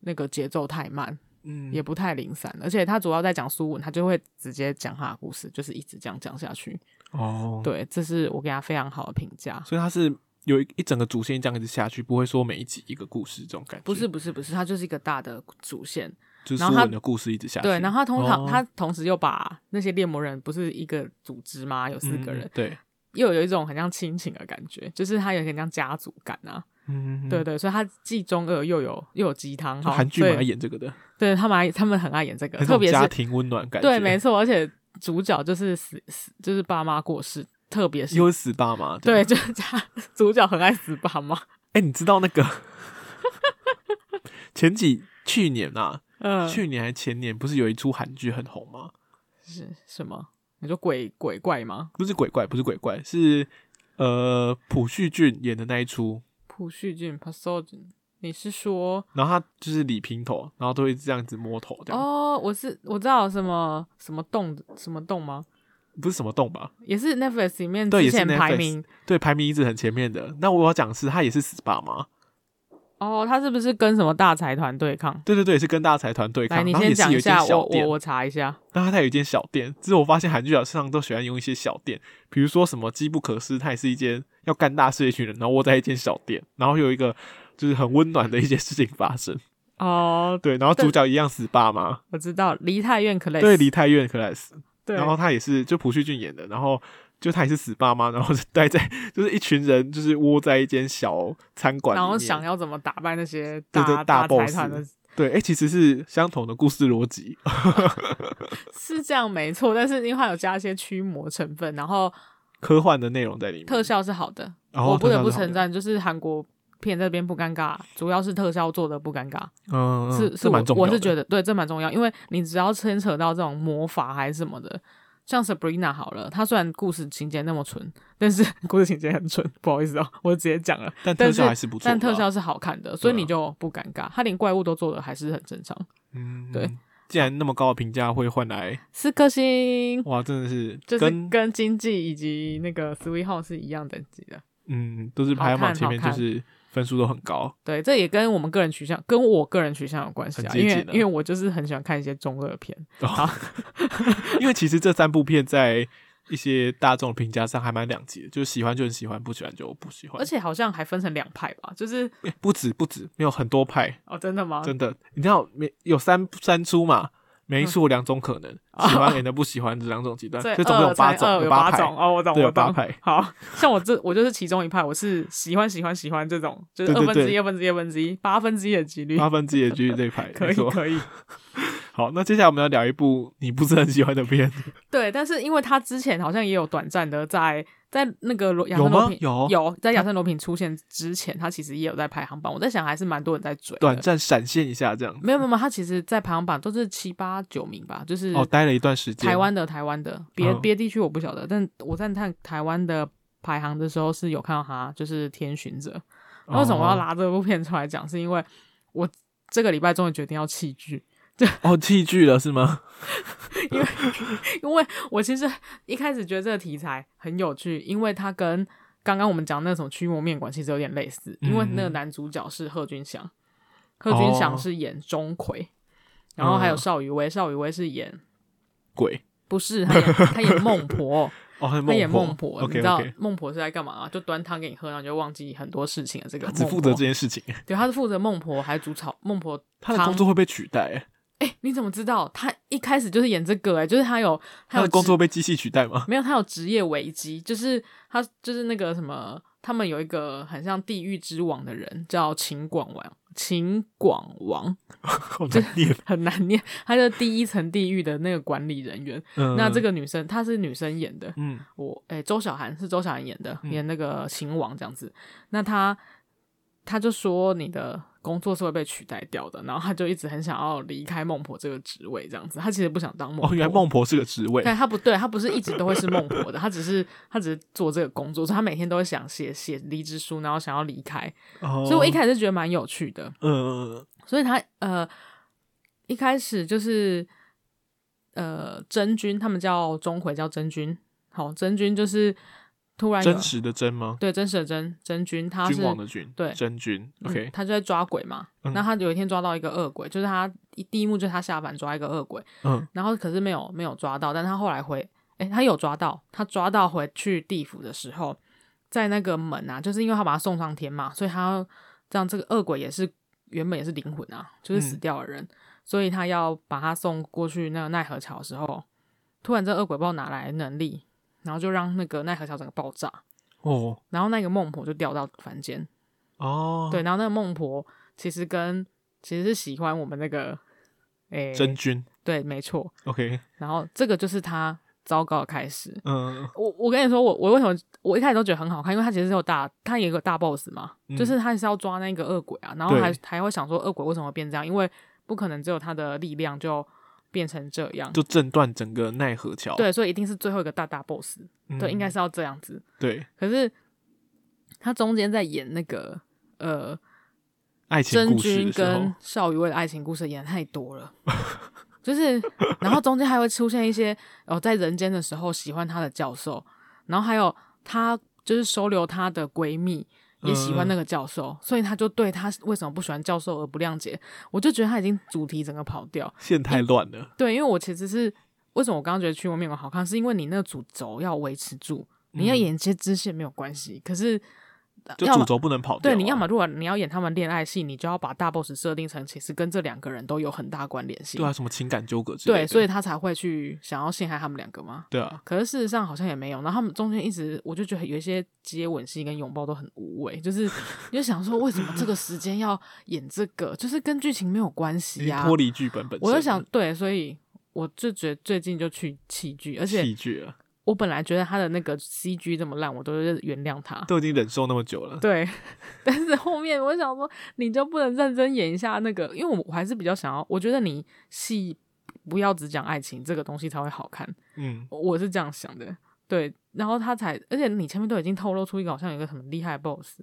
[SPEAKER 2] 那个节奏太慢，
[SPEAKER 1] 嗯，
[SPEAKER 2] 也不太零散，而且它主要在讲苏文，它就会直接讲他的故事，就是一直这样讲下去，
[SPEAKER 1] 哦，，
[SPEAKER 2] 对，这是我给他非常好的评价。
[SPEAKER 1] 所以它是有一一整个主线这样一直下去，不会说每一集一个故事这种感觉，
[SPEAKER 2] 不是，不是不是，它就是一个大的主线，
[SPEAKER 1] 就是
[SPEAKER 2] 然后
[SPEAKER 1] 所
[SPEAKER 2] 它
[SPEAKER 1] 有的故事一直下去。
[SPEAKER 2] 对，然后他通常、
[SPEAKER 1] 哦
[SPEAKER 2] 他同时又把那些猎魔人不是一个组织吗？有四
[SPEAKER 1] 嗯
[SPEAKER 2] 个人，
[SPEAKER 1] 对，
[SPEAKER 2] 又有一种很像亲情的感觉，就是他有点像家族感啊。
[SPEAKER 1] 嗯，嗯嗯
[SPEAKER 2] 对对，所以他既中二又有又有鸡汤。
[SPEAKER 1] 就
[SPEAKER 2] 好
[SPEAKER 1] 韩剧蛮爱
[SPEAKER 2] 对，
[SPEAKER 1] 演这个 的，
[SPEAKER 2] 对他们爱他们很爱演这个，
[SPEAKER 1] 那
[SPEAKER 2] 特
[SPEAKER 1] 种
[SPEAKER 2] 别
[SPEAKER 1] 家
[SPEAKER 2] 是
[SPEAKER 1] 庭温暖感觉，
[SPEAKER 2] 对，没错，而且主角就是死死就是爸妈过世，特别是
[SPEAKER 1] 又是死爸妈。这样
[SPEAKER 2] 对，，就是家 主角很爱死爸妈。
[SPEAKER 1] 哎，你知道那个 前几去年啊，
[SPEAKER 2] 嗯，
[SPEAKER 1] 去年还前年不是有一出韩剧很红吗？
[SPEAKER 2] 是什么？你说鬼鬼怪吗？
[SPEAKER 1] 不是鬼怪，不是鬼怪，是呃朴叙俊演的那一出，
[SPEAKER 2] 朴叙俊 p a s o 你是说
[SPEAKER 1] 然后他就是理平头，然后都会这样子摸头，这样、
[SPEAKER 2] 哦，我是我知道什么什么洞什么洞吗？
[SPEAKER 1] 不是什么洞吧？
[SPEAKER 2] 也是 Netflix 里面
[SPEAKER 1] 对
[SPEAKER 2] 之
[SPEAKER 1] 也是
[SPEAKER 2] 前排
[SPEAKER 1] Netflix
[SPEAKER 2] 名
[SPEAKER 1] 对，排名一直很前面的。那我要讲的是他也是死爸妈，
[SPEAKER 2] 哦，他是不是跟什么大财团对抗？
[SPEAKER 1] 对对对，也是跟大财团对
[SPEAKER 2] 来，
[SPEAKER 1] 抗，
[SPEAKER 2] 你
[SPEAKER 1] 然后
[SPEAKER 2] 先
[SPEAKER 1] 也是
[SPEAKER 2] 讲
[SPEAKER 1] 有
[SPEAKER 2] 一
[SPEAKER 1] 一间
[SPEAKER 2] 下，我
[SPEAKER 1] 小
[SPEAKER 2] 我
[SPEAKER 1] 店，
[SPEAKER 2] 我查一下。
[SPEAKER 1] 然后他有一间小店，只是我发现韩剧老师上都喜欢用一些小店，比如说什么机不可失，它也是一间要干大事的一群人，然后窝在一间小店，然后有一个就是很温暖的一件事情发生，
[SPEAKER 2] 哦，
[SPEAKER 1] 对，然后
[SPEAKER 2] 对
[SPEAKER 1] 主角一样死爸妈，
[SPEAKER 2] 我知道，梨泰院 c l a
[SPEAKER 1] 对，梨泰院可莱斯。
[SPEAKER 2] 对，
[SPEAKER 1] 然后他也是就朴叙俊演的，然后就他也是死爸妈，然后是待在就是一群人就是窝在一间小餐馆里面，
[SPEAKER 2] 然后想要怎么打败那些
[SPEAKER 1] 对对
[SPEAKER 2] 大
[SPEAKER 1] 大
[SPEAKER 2] 财
[SPEAKER 1] boss
[SPEAKER 2] 团的，
[SPEAKER 1] 对，哎、其实是相同的故事逻辑，
[SPEAKER 2] 是这样没错，但是因为它有加一些驱魔成分，然后
[SPEAKER 1] 科幻的内容在里面，
[SPEAKER 2] 特效是好的，
[SPEAKER 1] 然
[SPEAKER 2] 我
[SPEAKER 1] 后
[SPEAKER 2] 不得不
[SPEAKER 1] 承
[SPEAKER 2] 称赞，就是韩国片这边不尴尬，主要是特效做的不尴尬。
[SPEAKER 1] 嗯，嗯
[SPEAKER 2] 是是
[SPEAKER 1] 这蛮重要
[SPEAKER 2] 我
[SPEAKER 1] 的，
[SPEAKER 2] 是觉得对，这蛮重要，因为你只要牵扯到这种魔法还是什么的，像 Sabrina 好了，她虽然故事情节那么蠢，但是 故事情节很蠢，不好意思哦，我直接讲了，
[SPEAKER 1] 但
[SPEAKER 2] 但
[SPEAKER 1] 特效
[SPEAKER 2] 是
[SPEAKER 1] 还是不错的啊，
[SPEAKER 2] 但特效是好看的，所以
[SPEAKER 1] 对啊
[SPEAKER 2] 你就不尴尬，她连怪物都做的还是很正常，
[SPEAKER 1] 嗯，
[SPEAKER 2] 对
[SPEAKER 1] 嗯。既然那么高的评价会换来
[SPEAKER 2] 四颗星。
[SPEAKER 1] 哇，真的是
[SPEAKER 2] 就是
[SPEAKER 1] 跟
[SPEAKER 2] 跟经济以及那个 Sweet Home 是一样等级的，
[SPEAKER 1] 嗯都是排行
[SPEAKER 2] 好看
[SPEAKER 1] 榜前面，就
[SPEAKER 2] 好看
[SPEAKER 1] 是分数都很高，
[SPEAKER 2] 对，这也跟我们个人取向，跟我个人取向有关系啊，
[SPEAKER 1] 很接
[SPEAKER 2] 因为
[SPEAKER 1] 近啊
[SPEAKER 2] 因为我就是很喜欢看一些中二片，
[SPEAKER 1] 哦、因为其实这三部片在一些大众评价上还蛮两极的，就是喜欢就很喜欢，不喜欢就不喜欢
[SPEAKER 2] 而。且好像还分成两派吧，就是
[SPEAKER 1] 欸不止不止，没有很多派，
[SPEAKER 2] 哦，真的吗？
[SPEAKER 1] 真的。你知道每有三三出嘛，每一出有两种可能，
[SPEAKER 2] 嗯哦
[SPEAKER 1] 喜欢 and 不喜欢这两种极端，
[SPEAKER 2] 所
[SPEAKER 1] 所
[SPEAKER 2] 以
[SPEAKER 1] 以总共
[SPEAKER 2] 二
[SPEAKER 1] 有八
[SPEAKER 2] 三二
[SPEAKER 1] 种，
[SPEAKER 2] 有
[SPEAKER 1] 八派。
[SPEAKER 2] 种哦，我懂，
[SPEAKER 1] 对
[SPEAKER 2] 我
[SPEAKER 1] 有八
[SPEAKER 2] 懂
[SPEAKER 1] 派。
[SPEAKER 2] 好像我这我就是其中一派，我是喜欢喜欢喜欢这种，就是二
[SPEAKER 1] 对对
[SPEAKER 2] 分之一、
[SPEAKER 1] 对
[SPEAKER 2] 二分之一、二分之一、八分之一的几率，
[SPEAKER 1] 八分之一的就是这一 派，
[SPEAKER 2] 可
[SPEAKER 1] 没
[SPEAKER 2] 以
[SPEAKER 1] 错
[SPEAKER 2] 可 以。
[SPEAKER 1] 好，那接下来我们要聊一部你不是很喜欢的片，
[SPEAKER 2] 对，但是因为他之前好像也有短暂的在在那个罗亚
[SPEAKER 1] 有
[SPEAKER 2] 森
[SPEAKER 1] 吗
[SPEAKER 2] 罗？品
[SPEAKER 1] 有，
[SPEAKER 2] 有在亚森罗品出现之前，他其实也有在排行榜。我在想，还是蛮多人在追的。
[SPEAKER 1] 短暂闪现一下 这样。
[SPEAKER 2] 没有没有，没有他其实，在排行榜都是七八九名吧，就是
[SPEAKER 1] 哦，待了一段时间。
[SPEAKER 2] 台湾的台湾的，别
[SPEAKER 1] 嗯
[SPEAKER 2] 别地区我不晓得，但我在看台湾的排行的时候是有看到他，就是《天巡者》。
[SPEAKER 1] 哦
[SPEAKER 2] 为什么我要？拉这部片出来讲？是因为我这个礼拜终于决定要弃剧，
[SPEAKER 1] 哦，弃剧了是吗？
[SPEAKER 2] 因为我其实一开始觉得这个题材很有趣，因为它跟刚刚我们讲那种驱魔面馆其实有点类似，因为那个
[SPEAKER 1] 嗯
[SPEAKER 2] 男主角是贺军翔，贺军翔
[SPEAKER 1] 哦嗯
[SPEAKER 2] 是演钟馗，然后还有邵雨薇，邵雨薇是演
[SPEAKER 1] 鬼
[SPEAKER 2] 不是他演他演孟婆，
[SPEAKER 1] 哦，还有
[SPEAKER 2] 他演
[SPEAKER 1] 孟
[SPEAKER 2] 孟婆，你
[SPEAKER 1] OK
[SPEAKER 2] 知道
[SPEAKER 1] OK，
[SPEAKER 2] 孟婆是在干嘛、啊？就端汤给你喝，然后你就忘记很多事情了。这个
[SPEAKER 1] 他只
[SPEAKER 2] 孟
[SPEAKER 1] 负责
[SPEAKER 2] 婆
[SPEAKER 1] 这件事情，
[SPEAKER 2] 对，他是负责孟婆，还煮炒孟婆
[SPEAKER 1] 他的
[SPEAKER 2] 汤
[SPEAKER 1] 工作会被取代，欸
[SPEAKER 2] 哎、你怎么知道？他一开始就是演这个、哎，就是他有
[SPEAKER 1] 他
[SPEAKER 2] 他有
[SPEAKER 1] 的工
[SPEAKER 2] 职
[SPEAKER 1] 作被机器取代吗？
[SPEAKER 2] 没有，他有职业危机，就是他就是那个什么，他们有一个很像地狱之王的人叫秦广王，秦广王
[SPEAKER 1] 好难念。
[SPEAKER 2] 很难念，他是第一层地狱的那个管理人员。
[SPEAKER 1] 嗯
[SPEAKER 2] 那这个女生她是女生演的，
[SPEAKER 1] 嗯
[SPEAKER 2] 我诶、周小涵是周小涵演的，
[SPEAKER 1] 嗯
[SPEAKER 2] 演那个秦王这样子。那他他就说你的工作是会被取代掉的，然后他就一直很想要离开孟婆这个职位，这样子。他其实不想当孟
[SPEAKER 1] 哦，
[SPEAKER 2] 婆，
[SPEAKER 1] 原来孟婆是个职位，
[SPEAKER 2] 但他不对，他不是一直都会是孟婆的，他只是他只是做这个工作，所以他每天都会想写写离职书，然后想要离开。
[SPEAKER 1] 所
[SPEAKER 2] 所以我一开始就觉得蛮有趣的，
[SPEAKER 1] 哦嗯嗯
[SPEAKER 2] 所以他呃一开始就是呃真君，他们叫钟馗叫真君，好真君就是突然
[SPEAKER 1] 嗯
[SPEAKER 2] 有
[SPEAKER 1] 真实的真吗？
[SPEAKER 2] 对真实的真真君，他是
[SPEAKER 1] 君王的君，
[SPEAKER 2] 对
[SPEAKER 1] 真君。
[SPEAKER 2] 嗯
[SPEAKER 1] OK，
[SPEAKER 2] 他就在抓鬼嘛。
[SPEAKER 1] 嗯
[SPEAKER 2] 那他有一天抓到一个恶鬼，就是他一第一幕就是他下凡抓一个恶鬼，
[SPEAKER 1] 嗯，
[SPEAKER 2] 然后可是没有没有抓到，但他后来回，诶，他有抓到，他抓到回去地府的时候，在那个门啊，就是因为他把他送上天嘛，所以他要让这个恶鬼也是原本也是灵魂啊，就是死
[SPEAKER 1] 嗯
[SPEAKER 2] 掉的人，所以他要把他送过去那个奈何桥的时候，突然这恶鬼不知道哪来的能力，然后就让那个奈何桥整个爆炸，
[SPEAKER 1] 哦
[SPEAKER 2] 然后那个孟婆就掉到凡间，
[SPEAKER 1] 哦，
[SPEAKER 2] 对，然后那个孟婆其实跟其实是喜欢我们那个，诶、
[SPEAKER 1] 真君。
[SPEAKER 2] 对，没错，
[SPEAKER 1] OK，
[SPEAKER 2] 然后这个就是他糟糕的开始。
[SPEAKER 1] 嗯
[SPEAKER 2] 我我跟你说，我我为什么我一开始都觉得很好看，因为他其实是有大，他也有大 boss 嘛，
[SPEAKER 1] 嗯
[SPEAKER 2] 就是他也是要抓那个恶鬼啊，然后
[SPEAKER 1] 对
[SPEAKER 2] 还还会想说恶鬼为什么会变这样，因为不可能只有他的力量就变成这样，
[SPEAKER 1] 就震断整个奈何桥。
[SPEAKER 2] 对，所以一定是最后一个大大 boss，、
[SPEAKER 1] 嗯
[SPEAKER 2] 对，应该是要这样子。
[SPEAKER 1] 对
[SPEAKER 2] 可是他中间在演那个呃
[SPEAKER 1] 爱情
[SPEAKER 2] 真
[SPEAKER 1] 故事
[SPEAKER 2] 君
[SPEAKER 1] 的时候
[SPEAKER 2] 跟，邵雨薇的爱情故事演得太多了， 就是，然后中间还会出现一些哦，在人间的时候喜欢他的教授，然后还有她就是收留她的闺蜜也喜欢那个教授，
[SPEAKER 1] 嗯
[SPEAKER 2] 所以她就对她为什么不喜欢教授而不谅解，我就觉得她已经主题整个跑掉。
[SPEAKER 1] 线太乱了。
[SPEAKER 2] 对，因为我其实是为什么我刚刚觉得《驱魔面馆》好看，是因为你那个主轴要维持住，你要
[SPEAKER 1] 嗯
[SPEAKER 2] 演一些支线没有关系，可是
[SPEAKER 1] 就
[SPEAKER 2] 呃要
[SPEAKER 1] 主
[SPEAKER 2] 么
[SPEAKER 1] 轴不能跑掉啊。
[SPEAKER 2] 对，你要么如果你要演他们恋爱戏，你就要把大 boss 设定成其实跟这两个人都有很大关联性。
[SPEAKER 1] 对啊，什么情感纠葛之类
[SPEAKER 2] 对，
[SPEAKER 1] 的。
[SPEAKER 2] 所以他才会去想要陷害他们两个嘛。
[SPEAKER 1] 对啊，
[SPEAKER 2] 可是事实上好像也没有，然后他们中间一直我就觉得有一些接吻戏跟拥抱都很无谓，就是 你就想说为什么这个时间要演这个，就是跟剧情没有关
[SPEAKER 1] 已
[SPEAKER 2] 系
[SPEAKER 1] 经
[SPEAKER 2] 呀、
[SPEAKER 1] 脱离剧本本身。
[SPEAKER 2] 我就想，对，所以我就觉得最近就去弃剧，而且
[SPEAKER 1] 戏剧了，
[SPEAKER 2] 我本来觉得他的那个 CG 这么烂，我都是原谅他。
[SPEAKER 1] 都已经忍受那么久 了。
[SPEAKER 2] 对，但是后面我想说，你就不能认真演一下那个，因为我还是比较想要，我觉得你戏不要只讲爱情这个东西才会好看，
[SPEAKER 1] 嗯，
[SPEAKER 2] 我我是这样想的。对，然后他才，而且你前面都已经透露出一个好像有一个很厉害的 BOSS，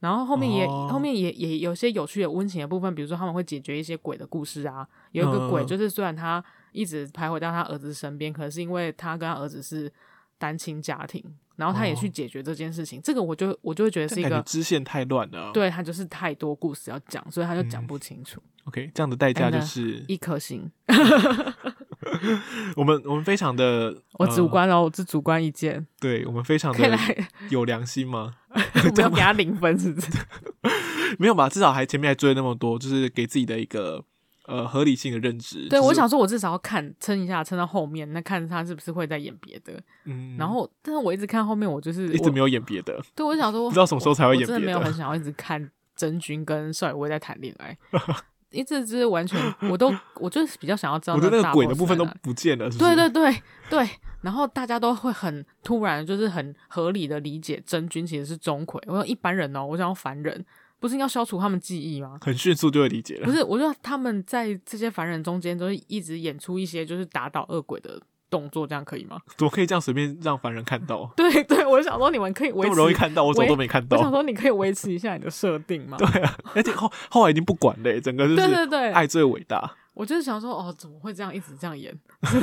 [SPEAKER 2] 然后后面也、
[SPEAKER 1] 哦
[SPEAKER 2] 后面也也有些有趣的温情的部分，比如说他们会解决一些鬼的故事啊，有一个鬼
[SPEAKER 1] 嗯
[SPEAKER 2] 就是虽然他一直徘徊在他儿子身边，可是因为他跟他儿子是单亲家庭。然后他也去
[SPEAKER 1] 哦
[SPEAKER 2] 解决这件事情，这个我就我就会觉得
[SPEAKER 1] 但
[SPEAKER 2] 是一
[SPEAKER 1] 感觉
[SPEAKER 2] 个
[SPEAKER 1] 哎支线太乱了啊。
[SPEAKER 2] 对他就是太多故事要讲，所以他就讲
[SPEAKER 1] 嗯
[SPEAKER 2] 不清楚。
[SPEAKER 1] ，OK，这样的代价
[SPEAKER 2] 真
[SPEAKER 1] 就
[SPEAKER 2] 的
[SPEAKER 1] 是
[SPEAKER 2] 一颗星，
[SPEAKER 1] 我们我们非常的，
[SPEAKER 2] 我
[SPEAKER 1] 呃
[SPEAKER 2] 主，观哦，我是主观意见，
[SPEAKER 1] 对我们非常
[SPEAKER 2] 可以
[SPEAKER 1] 的
[SPEAKER 2] 来
[SPEAKER 1] 有良心吗？
[SPEAKER 2] 不要给他零分，是不是？
[SPEAKER 1] 没有吧，至少还前面还追了那么多，就是给自己的一个呃合理性的认 知。
[SPEAKER 2] 对，
[SPEAKER 1] 就是
[SPEAKER 2] 我想，说，我至少要看撑一下，撑到后面，那看他是不是会再演别的。
[SPEAKER 1] 嗯，
[SPEAKER 2] 然后，但是我一直看后面，我就是
[SPEAKER 1] 一直没
[SPEAKER 2] 有，
[SPEAKER 1] 有演别的，
[SPEAKER 2] 对我想说，
[SPEAKER 1] 不知道什么时候才会演
[SPEAKER 2] 我真的
[SPEAKER 1] 别
[SPEAKER 2] 没有
[SPEAKER 1] 的
[SPEAKER 2] 很想要一直看真君跟邵雨薇在谈恋爱，一直就是完全，我都我就是比较想要知 道
[SPEAKER 1] 我的那
[SPEAKER 2] 大
[SPEAKER 1] 个鬼的
[SPEAKER 2] boss
[SPEAKER 1] 部分都
[SPEAKER 2] 在哪里
[SPEAKER 1] 不见了，是不
[SPEAKER 2] 对
[SPEAKER 1] 是？
[SPEAKER 2] 对对对，然后大家都会很突然，就是很合理的理解真君其实是钟馗。我说一般人哦，我想要凡人，不是应该消除他们记忆吗？
[SPEAKER 1] 很迅速就会理解
[SPEAKER 2] 不
[SPEAKER 1] 了。
[SPEAKER 2] 是，我说他们在这些凡人中间，都是一直演出一些就是打倒恶鬼的动作，这样可以吗？
[SPEAKER 1] 怎么可以这样随便让凡人看到？
[SPEAKER 2] 对对， 我想说你们可以维
[SPEAKER 1] 这
[SPEAKER 2] 持，
[SPEAKER 1] 么容易看到，我怎么都没看
[SPEAKER 2] 我想
[SPEAKER 1] 到。
[SPEAKER 2] 说你可以维 持一下你的设定嘛。
[SPEAKER 1] 对啊，而且后后来已经不管了耶，整个就
[SPEAKER 2] 对
[SPEAKER 1] 是
[SPEAKER 2] 对对，
[SPEAKER 1] 爱最伟大。
[SPEAKER 2] 我就是想说，哦，怎么会这样一直这 样演？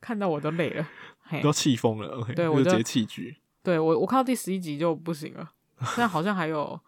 [SPEAKER 2] 看到我都累了。嘿，
[SPEAKER 1] 都气疯了，OK，
[SPEAKER 2] 对
[SPEAKER 1] 就
[SPEAKER 2] 我
[SPEAKER 1] 是直
[SPEAKER 2] 就
[SPEAKER 1] 接弃剧。
[SPEAKER 2] 对我我看到第十一集就不行了，现在好像还有，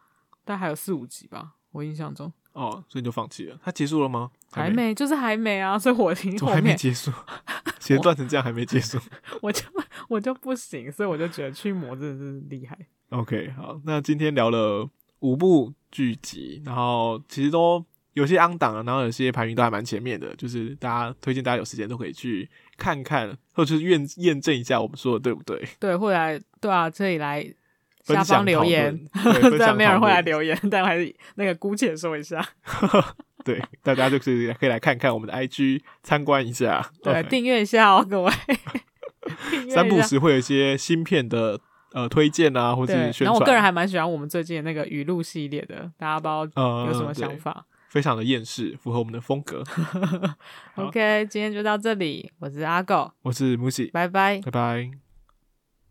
[SPEAKER 2] 大概还有四五集吧，我印象中
[SPEAKER 1] 哦，所以你就放弃了。它结束了吗？
[SPEAKER 2] 还
[SPEAKER 1] 没，
[SPEAKER 2] 没，就是还没啊，所以我听
[SPEAKER 1] 怎么
[SPEAKER 2] 后
[SPEAKER 1] 还没
[SPEAKER 2] 面
[SPEAKER 1] 结束？ 写断成这样还没结束。
[SPEAKER 2] 我就我就不行，所以我就觉得驱魔真的是厉害。
[SPEAKER 1] OK，好，那今天聊了五部剧集，然后其实都有些昂档了，啊然后有些排名都还蛮前面的，就是大家推荐大家有时间都可以去看看，或者是验验证一下我们说的对不对。
[SPEAKER 2] 对，会来对啊，这里来
[SPEAKER 1] 分
[SPEAKER 2] 下
[SPEAKER 1] 享
[SPEAKER 2] 方留
[SPEAKER 1] 讨论
[SPEAKER 2] 言，
[SPEAKER 1] 对分
[SPEAKER 2] 虽然
[SPEAKER 1] 享
[SPEAKER 2] 没有人
[SPEAKER 1] 讨
[SPEAKER 2] 会来
[SPEAKER 1] 论
[SPEAKER 2] 留言，但还是那个姑且说一下。
[SPEAKER 1] 对，大家就是可以来看看我们的 IG，参观一下。
[SPEAKER 2] 对，
[SPEAKER 1] OK
[SPEAKER 2] 订阅一下哦，各位。订阅一下
[SPEAKER 1] 三不时会有一些新片的呃推荐啊，或者
[SPEAKER 2] 对
[SPEAKER 1] 是，宣
[SPEAKER 2] 然
[SPEAKER 1] 传。
[SPEAKER 2] 后我个人还蛮喜欢我们最近的那个语录系列的，大家不知道
[SPEAKER 1] 呃
[SPEAKER 2] 有什么想
[SPEAKER 1] 对
[SPEAKER 2] 法、
[SPEAKER 1] 非常的厌世，符合我们的风格。 好
[SPEAKER 2] o k 今天就到这里，我是阿狗，
[SPEAKER 1] 我是 Musi，
[SPEAKER 2] 拜拜。
[SPEAKER 1] 拜拜。